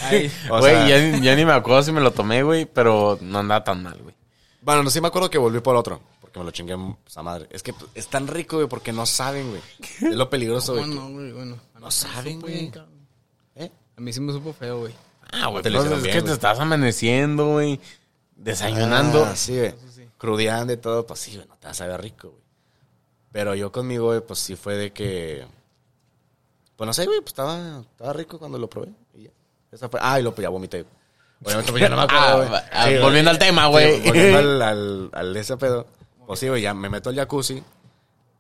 Ay, (laughs) O Güey, sea- ya, ni- ya ni me acuerdo si me lo tomé, güey, pero no andaba tan mal, güey. Bueno, no sí me acuerdo que volví por otro, porque me lo chingué esa madre. Es que pues, es tan rico, güey, porque no saben, güey. Es lo peligroso, güey. bueno, güey, bueno. A mí No sí me saben, supo bien, güey. cabrón. ¿Eh? A mí sí me supo feo, güey. Ah, güey, Te lo pues, hicieron es bien, que güey. te estás amaneciendo, güey. Desayunando. Ah, sí, güey. Crudeando y todo, pues sí, güey, no te vas a ver rico, güey. Pero yo conmigo, güey, pues sí fue de que. Pues no sé, güey, pues estaba, estaba rico cuando lo probé. Y ya. Esa fue. Ah, y lo pues ya vomité. Obviamente, pues ya no me Ah, acuerdo, güey. ah, Sí, güey. volviendo al tema, güey. Sí, volviendo al, al, al ese pedo. Pues sí, güey, ya me meto al jacuzzi.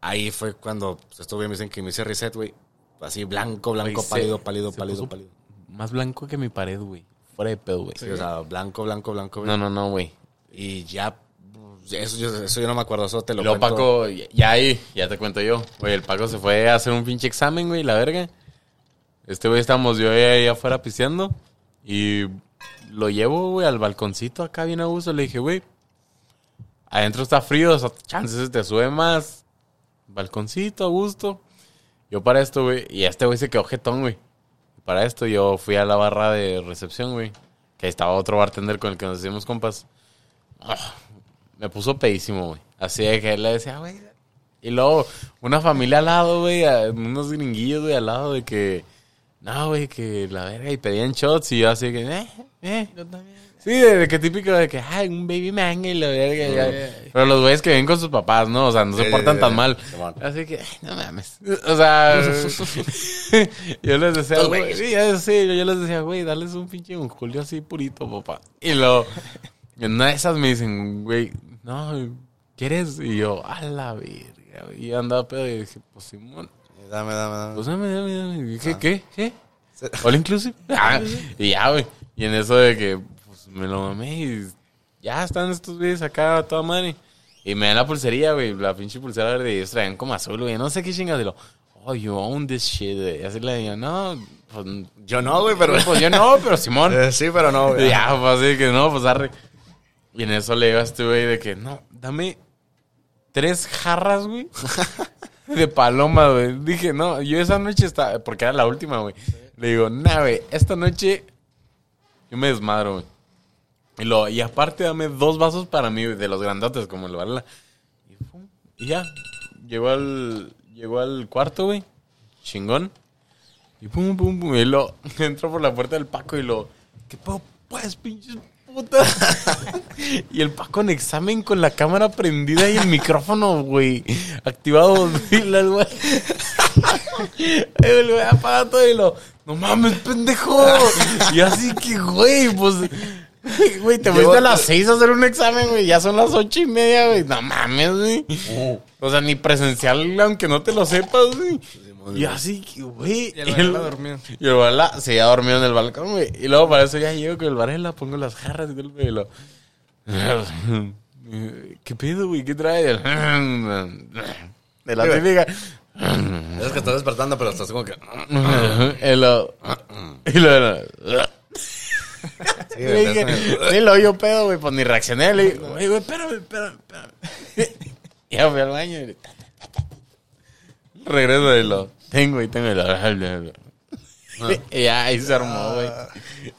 Ahí fue cuando pues, estuve, me dicen que me hice reset, güey. Así blanco, blanco, Güey, se- pálido, pálido, se pálido, puso pálido. Más blanco que mi pared, güey. Fuera de pedo, güey. Sí, o sea, blanco, blanco, blanco, güey. No, no, no, güey. Y ya, pues, eso, yo- eso yo no me acuerdo, eso te lo Y luego cuento. Paco, ya- ya ahí, ya te cuento yo. Güey, el Paco se fue a hacer un pinche examen, güey, la verga. Este güey estábamos yo ahí, ahí afuera pisteando. Y lo llevo, güey, al balconcito acá bien a gusto. Le dije, güey, adentro está frío, o sea, chances se te sube más. Balconcito a gusto. Yo para esto, güey, y este güey se quedó jetón, güey. Para esto yo fui a la barra de recepción, güey. Que ahí estaba otro bartender con el que nos hicimos compas. Ah, me puso pedísimo, güey. Así de que le decía, güey. Y luego, una familia al lado, güey, a- unos gringuillos, güey, al lado de que. No, güey, que la verga, y pedían shots, y yo así que, eh, eh. Yo también. Sí, de, de que típico de que, ay, un baby man, y la verga. ya. Sí. Pero los güeyes que vienen con sus papás, ¿no? O sea, no se Sí, portan sí, tan sí. mal. Simón. Así que, ay, no mames. O (laughs) sea, yo les decía, Los güey, güeyes. sí, ya sé, yo, yo les decía, güey, dales un pinche un Julio así purito, papá. Y luego, (laughs) en una de esas me dicen, güey, no, ¿quieres? Y yo, a la verga. güey. Y yo andaba pedo y dije, pues Simón, Dame, dame, dame. pues dame, dame, dame. Y dije, Ah. ¿qué? ¿Qué? Se- (laughs) All inclusive. Ah, y ya, güey. Y en eso de que pues, me lo mamé y ya están estos güeyes acá a toda madre. Y me dan la pulsería, güey. La pinche pulsera verde. Y ellos traían como azul, güey. No sé qué chingas. Y lo, oh, you own this shit, güey. Y así le digo, no, pues, Yo no, güey, pero. pues yo no, (laughs) pero Simón. Eh, sí, pero no, Y (laughs) güey. ya, pues así que no, pues arre. Y en eso le digo a este güey de que, no, dame tres jarras, güey. De paloma, güey. Dije, no, yo esa noche estaba, porque era la última, güey. Le digo, nah, güey, esta noche yo me desmadro, güey. Y, lo, y aparte dame dos vasos para mí, güey, de los grandotes, como el Barla. Y, pum, y ya, llegó al, llegó al cuarto, güey. Chingón. Y pum, pum, pum. Y lo (laughs) entro por la puerta del Paco y lo. ¿Qué pedo, pues, pinches putas? (laughs) y el Paco en examen con la cámara prendida y el micrófono, güey. Activado. (laughs) Y la güey. El güey apaga todo y lo. No mames, pendejo. Y así que, güey, pues. Güey, te Yo- fuiste a las seis a hacer un examen, güey. Ya son las ocho y media, güey. No mames, güey. O sea, ni presencial, aunque no te lo sepas, güey. Simón, Y así, que, güey. Y el Varela dormido. Y el Varela se había dormido en el balcón, güey. Y luego para eso ya llego con el Varela, pongo las jarras y todo el pedo, y lo- (laughs) ¿Qué pedo, güey? ¿Qué trae? (laughs) De la Sí, güey. típica. Es que estás despertando, pero estás como (laughs) que. mm, Y lo- (laughs) Y lo... Sí, Le güey, dije, estás (laughs) en el- sí, lo oí yo pedo, güey, pues ni reaccioné. Le dije, "Oye, güey, espérame, espérame, espérame. (laughs) ya fui al baño y le- ta, ta, ta, ta, ta. Regreso de lo tengo y tengo y lo... (laughs) y ya ahí se armó, güey.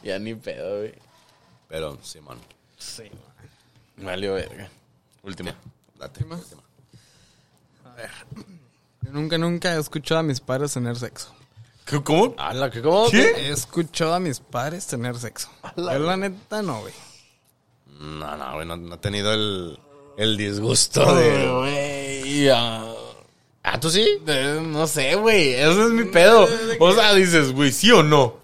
Ya ni pedo, güey. Pero, Simón, Sí. Valió verga. Última. date. última. Yo nunca, nunca he escuchado a mis padres tener sexo. ¿Qué- ¿Cómo? Ala, ¿qué cómo? ¿Qué? He escuchado a mis padres tener sexo. Yo la neta no, güey. No, no, güey, no, no he tenido el, el disgusto Ay, de. güey. ah. Ah, ¿tú sí? Eh, No sé, güey. Eso es mi pedo. O sea, dices, güey, ¿sí o no?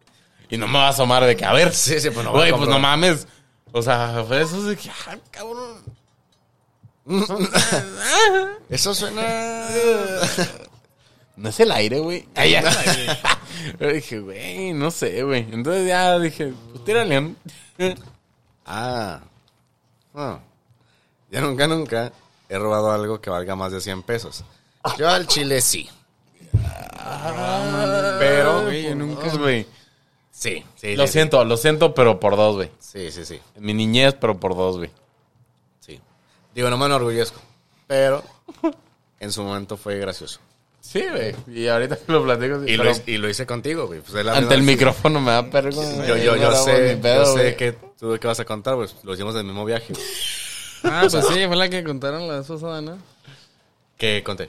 (laughs) Y no me va a asomar de que, a ver. Sí, sí, pues no va a Güey, pues no comprobar. mames. O sea, fue eso de que, ah, cabrón. Eso suena. No es el aire, güey. Ay, (laughs) ya. Yo dije, güey, no sé, güey. Entonces ya dije, pues tírale. ¿no? Ah. Ah. Yo nunca, nunca he robado algo que valga más de 100 pesos. Yo al chile sí. Pero, güey, yo por nunca- dos, güey. Sí, sí. Lo sí, siento, lo siento, pero por dos, güey. Sí, sí, sí. En mi niñez, pero por dos, güey. sí. Digo, no me enorgullezco. Pero en su momento fue gracioso. Sí, güey. Y ahorita que lo platico. sí, Y, lo, pero hice- y lo hice contigo, güey. Pues es la Ante misma- el micrófono me da perro. güey. Yo, yo, No yo grabo sé, ni pedo, yo sé güey. que tú qué vas a contar, pues lo hicimos del mismo viaje. güey. Ah, pues sí, fue la que contaron la vez pasada, ¿no? ¿Qué conté?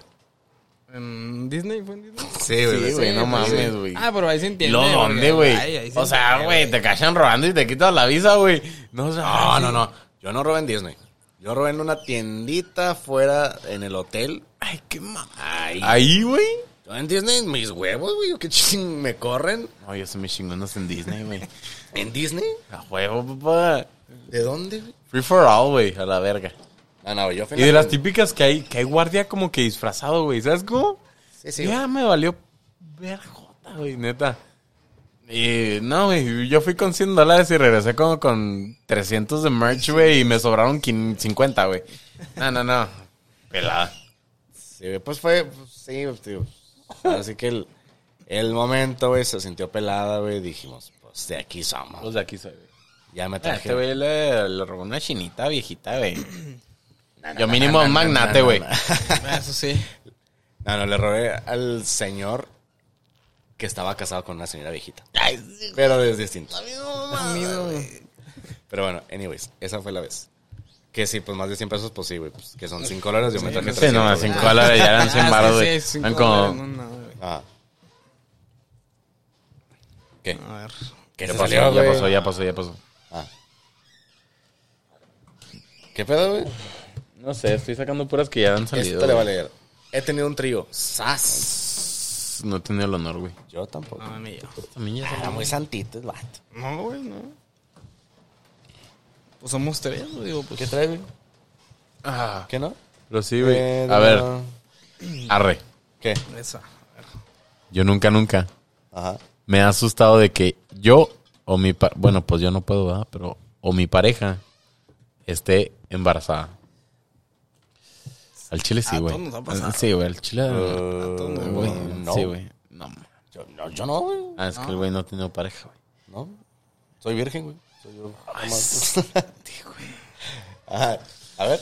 En Disney, fue en Disney. Sí, Sí, güey, no mames, güey. Ah, pero ahí se entiende. ¿Lo porque, dónde, ay, ahí güey? se O sea, entiende, güey, te cachan robando y te quitan la visa, güey. No, o sea, No, no, no. Yo no robé en Disney. Yo robé en una tiendita fuera en el hotel. Ay, qué mal. Ahí. Ahí, güey. Yo en Disney, mis huevos, güey. ¿Qué ching me corren? No, yo soy mis chingones en Disney, güey. ¿En Disney? A huevo, papá. ¿De dónde, güey? Free for all, güey, a la verga. Ah, no, yo Y de las típicas que hay, que hay guardia como que disfrazado, güey. ¿Sabes cómo? Sí, sí, Ya me valió verjota, güey, neta. Y no, güey, yo fui con 100 dólares y regresé como con 300 de merch, güey, y me sobraron quin- 50, güey. No, no, no. Pelada. Sí, güey, pues fue, pues, sí, pues, tío. Así que el, el momento, güey, se sintió pelada, güey. Dijimos, pues de aquí somos. Pues de aquí soy, güey. Ya Ah, me Este traje. güey le, le robó una chinita viejita, (clears throat) güey. Yo mínimo un magnate, güey. Ah, Eso sí. No, no, le robé al señor que estaba casado con una señora viejita. Pero es distinto. Amigo, Pero bueno, anyways, esa fue la vez. Que sí, pues más de 100 pesos, pues sí, güey. pues, que son 5 dólares, yo me traje Sí, 300. no, Ah, güey. 5 dólares ya Ah, eran 100 baros, güey. Eran como... Ah. ¿Qué? A ver. ¿Qué Ya se pasó, salió, ya güey? pasó, ya pasó, ya pasó. Ah. ¿Qué pedo, güey? No sé, estoy sacando puras que ya han salido. Esto le va a güey. leer. He tenido un trío. ¡Sas! No he tenido el honor, güey. Yo tampoco. No, ni yo. También ya Era muy santito el vato. No, güey, no. Pues somos tres, güey, digo, pues. ¿Qué trae, güey? Ah, ¿Qué no? pero sí, güey. Pero- A ver, arre. ¿Qué? Esa. Yo nunca, nunca Ajá. me ha asustado de que yo o mi... pa- bueno, pues yo no puedo, ¿verdad? Pero... O mi pareja esté embarazada. Al chile sí, A güey. todos nos ha pasado. Sí, güey, al chile... Uh, güey, no. Eh, Sí, güey. No, ma- Yo no, yo no, güey. ah, es que el güey no ha tenido pareja, güey. No. Soy virgen, güey. Soy yo. (laughs) Ajá. A ver.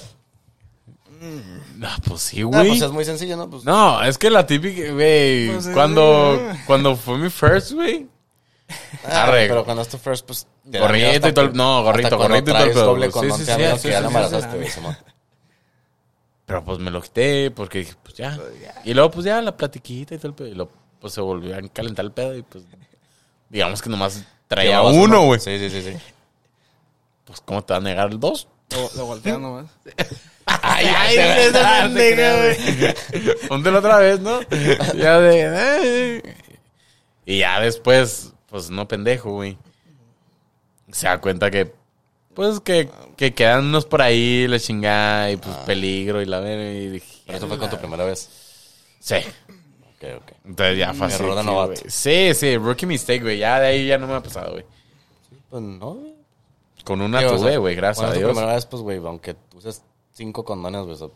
No, pues sí, Ah, güey. pues es muy sencillo, ¿no? Pues, No, es que la típica, güey. Pues, eh, cuando, eh. cuando fue mi first, güey. Ah, Arre. pero cuando es tu first, pues. te da Gorrito miedo hasta y todo el- que- no, gorrito, hasta cuando gorrito y todo el traes pedo, doble güey. condón, Sí, sí, te da sí, miedo sí, que ya sí, la sí, embarazaste, sí. güey, Simón. Pero pues me lo quité porque dije, pues ya. Y luego, pues ya, la platiquita y todo el pedo. Y luego, pues se volvió a calentar el pedo y pues. Digamos que nomás traía Llevabas uno, güey. Sí, sí, sí, sí. Pues, ¿cómo te va a negar el dos? Lo, lo voltean (laughs) nomás. Ay, ay, (laughs) se va, esa se crea, pendeja, güey. Póntelo otra vez, ¿no? ya de. "Ay". Y ya después, pues no pendejo, güey. Se da cuenta que. Pues que, que quedan unos por ahí, la chingada, y pues peligro, y la verga. Y dije. Ah. Pero eso fue con tu primera vez. Sí. Ok, ok. Entonces ya fácil. Mm, error de novato. Sí, sí, rookie mistake, güey. Ya de ahí ya no me ha pasado, güey. Pues no, güey. Con una Digo, o tuve, sea, güey, gracias cuando a es Dios. tu primera vez, pues, güey, aunque uses cinco condones, güey, eso-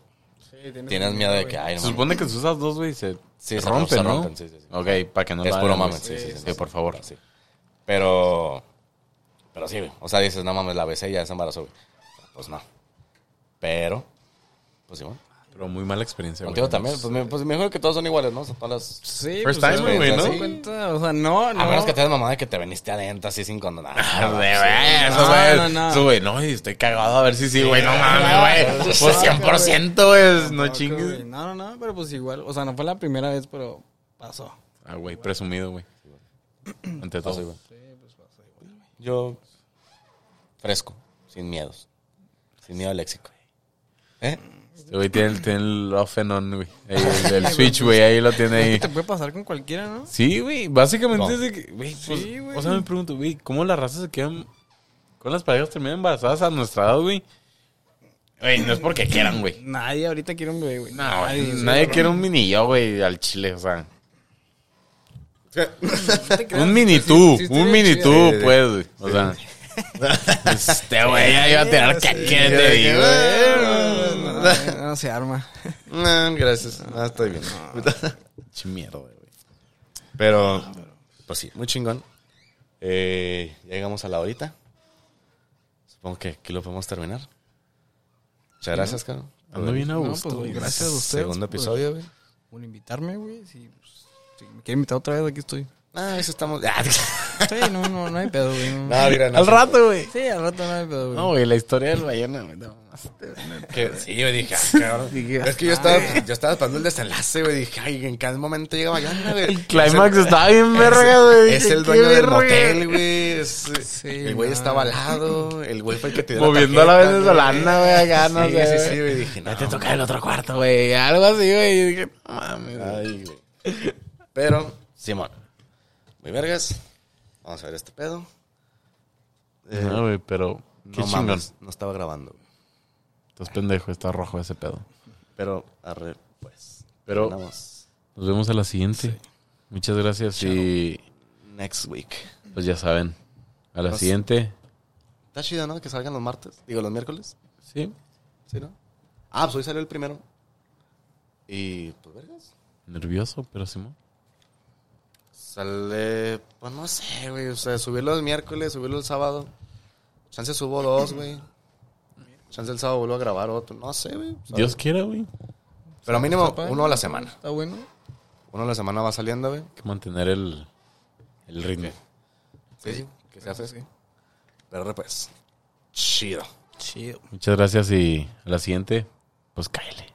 tienes miedo de que, ay, Se no. supone que si usas dos, güey, se, Sí, se rompen, rompen, ¿no? rompen, sí, sí, sí. Ok, para que no Es la puro hagan, mame, sí, güey. sí, sí, sí. por favor. Sí. Pero. Pero sí, güey. O sea, dices, no mames, la besé y ya se embarazó, güey. Pues no. Pero. Pues sí, bueno. Pero muy mala experiencia, güey. Contigo también. Pues me, pues me imagino que todos son iguales, ¿no? O sea, todas las. Sí, First pues, time, güey, ¿no? ¿no? Cuenta, o sea, no, no. A menos que te des mamada de que te veniste adentro así sin condón. Ah, (laughs) Ah, güey, güey, eso, No, güey. no, no. Eso, güey, no, y estoy cagado a ver si sí, güey. No mames, no, güey. no, Pues no, 100%, güey. Pues, No Tampoco, güey. chingues. No, no, no, pero pues igual. O sea, no fue la primera vez, pero pasó. Ah, güey, presumido, güey. Ante todo. güey. pues pues Yo. Fresco. Sin miedos. Sin miedo al léxico. ¿Eh? Este güey tiene, el- tiene el off and on, güey. Ahí, El, el switch, güey, ahí lo tiene (laughs) ahí. Te puede pasar con cualquiera, ¿no? Sí, güey, básicamente No. es de que, güey, pues, Sí, güey. o sea, me pregunto, güey, ¿cómo las razas se quedan con las parejas terminan embarazadas a nuestra edad, güey? Güey, no es porque quieran, güey. Nadie ahorita quiere un bebé, güey. No, güey, sí, nadie güey. quiere un mini yo, güey, al chile, o sea. (laughs) Un mini tú, sí, sí, un sí, mini sí, tú, sí, sí. pues, güey. O sea, (laughs) este güey ya iba a tirar caquete, digo, No, güey. (laughs) no, no, no se arma. No, Mm, gracias. No, estoy bien. Chi mierda, güey. Pero, pues sí, muy chingón. Eh, ya llegamos a la horita. Supongo que aquí lo podemos terminar. Muchas gracias, caro. Ando bien a No, gusto, pues, güey, güey. gracias a ustedes. pues. Segundo por- episodio, güey. Por invitarme, güey. Si, pues, si me quieren invitar otra vez, aquí estoy. Ah, eso estamos. (laughs) Sí, no, no, no hay pedo, güey. no. No, mira, no. Al rato, güey. Sí, al rato no hay pedo, No, güey. güey, la historia del ballena, güey. no, Que- sí, yo dije, ah, cabrón. Dije, es que yo estaba, yo estaba esperando el desenlace, güey. Dije, ay, en cada momento llega mañana, güey. El climax Es el- estaba bien es- verga, güey. Es Dije, el qué dueño del verga. motel, (laughs) güey. Es- Sí, el güey no. estaba al lado. El güey fue el que te dio Moviendo a la tarjeta, venezolana, güey, acá, no Sí, sé. sí, sí, güey. güey. Dije, no. Te toca el otro cuarto, güey. Algo así, güey. Y dije, no mames. güey. Ay, güey. Pero, Simón. Muy vergas. Vamos a ver este pedo. Eh, No, Ah, güey, pero. Qué no chingón. mames, no estaba grabando, güey. Estás pendejo, está rojo ese pedo. Pero, arre, pues. Pero Vamos. nos vemos a la siguiente. Muchas gracias y Next week. pues ya saben. A la Nos- siguiente. Está chido, ¿no? Que salgan los martes. Digo, los miércoles. Sí. ¿Sí, no? Ah, pues hoy salió el primero. Y, pues, vergas. Nervioso, pero Simón. Sale, pues no sé, güey. O sea, subirlo el miércoles, subirlo el sábado. Chance subo dos, güey. Chance el sábado vuelvo a grabar otro. No sé, güey. ¿sabes? Pues Dios quiera, güey. Pero mínimo padre. uno a la semana. Está bueno. Uno a la semana va saliendo, güey. Hay que mantener el, el ritmo. Sí, sí. Que se hace. Sí. Pero pues. Chido. Chido. Muchas gracias y a la siguiente, pues cáele.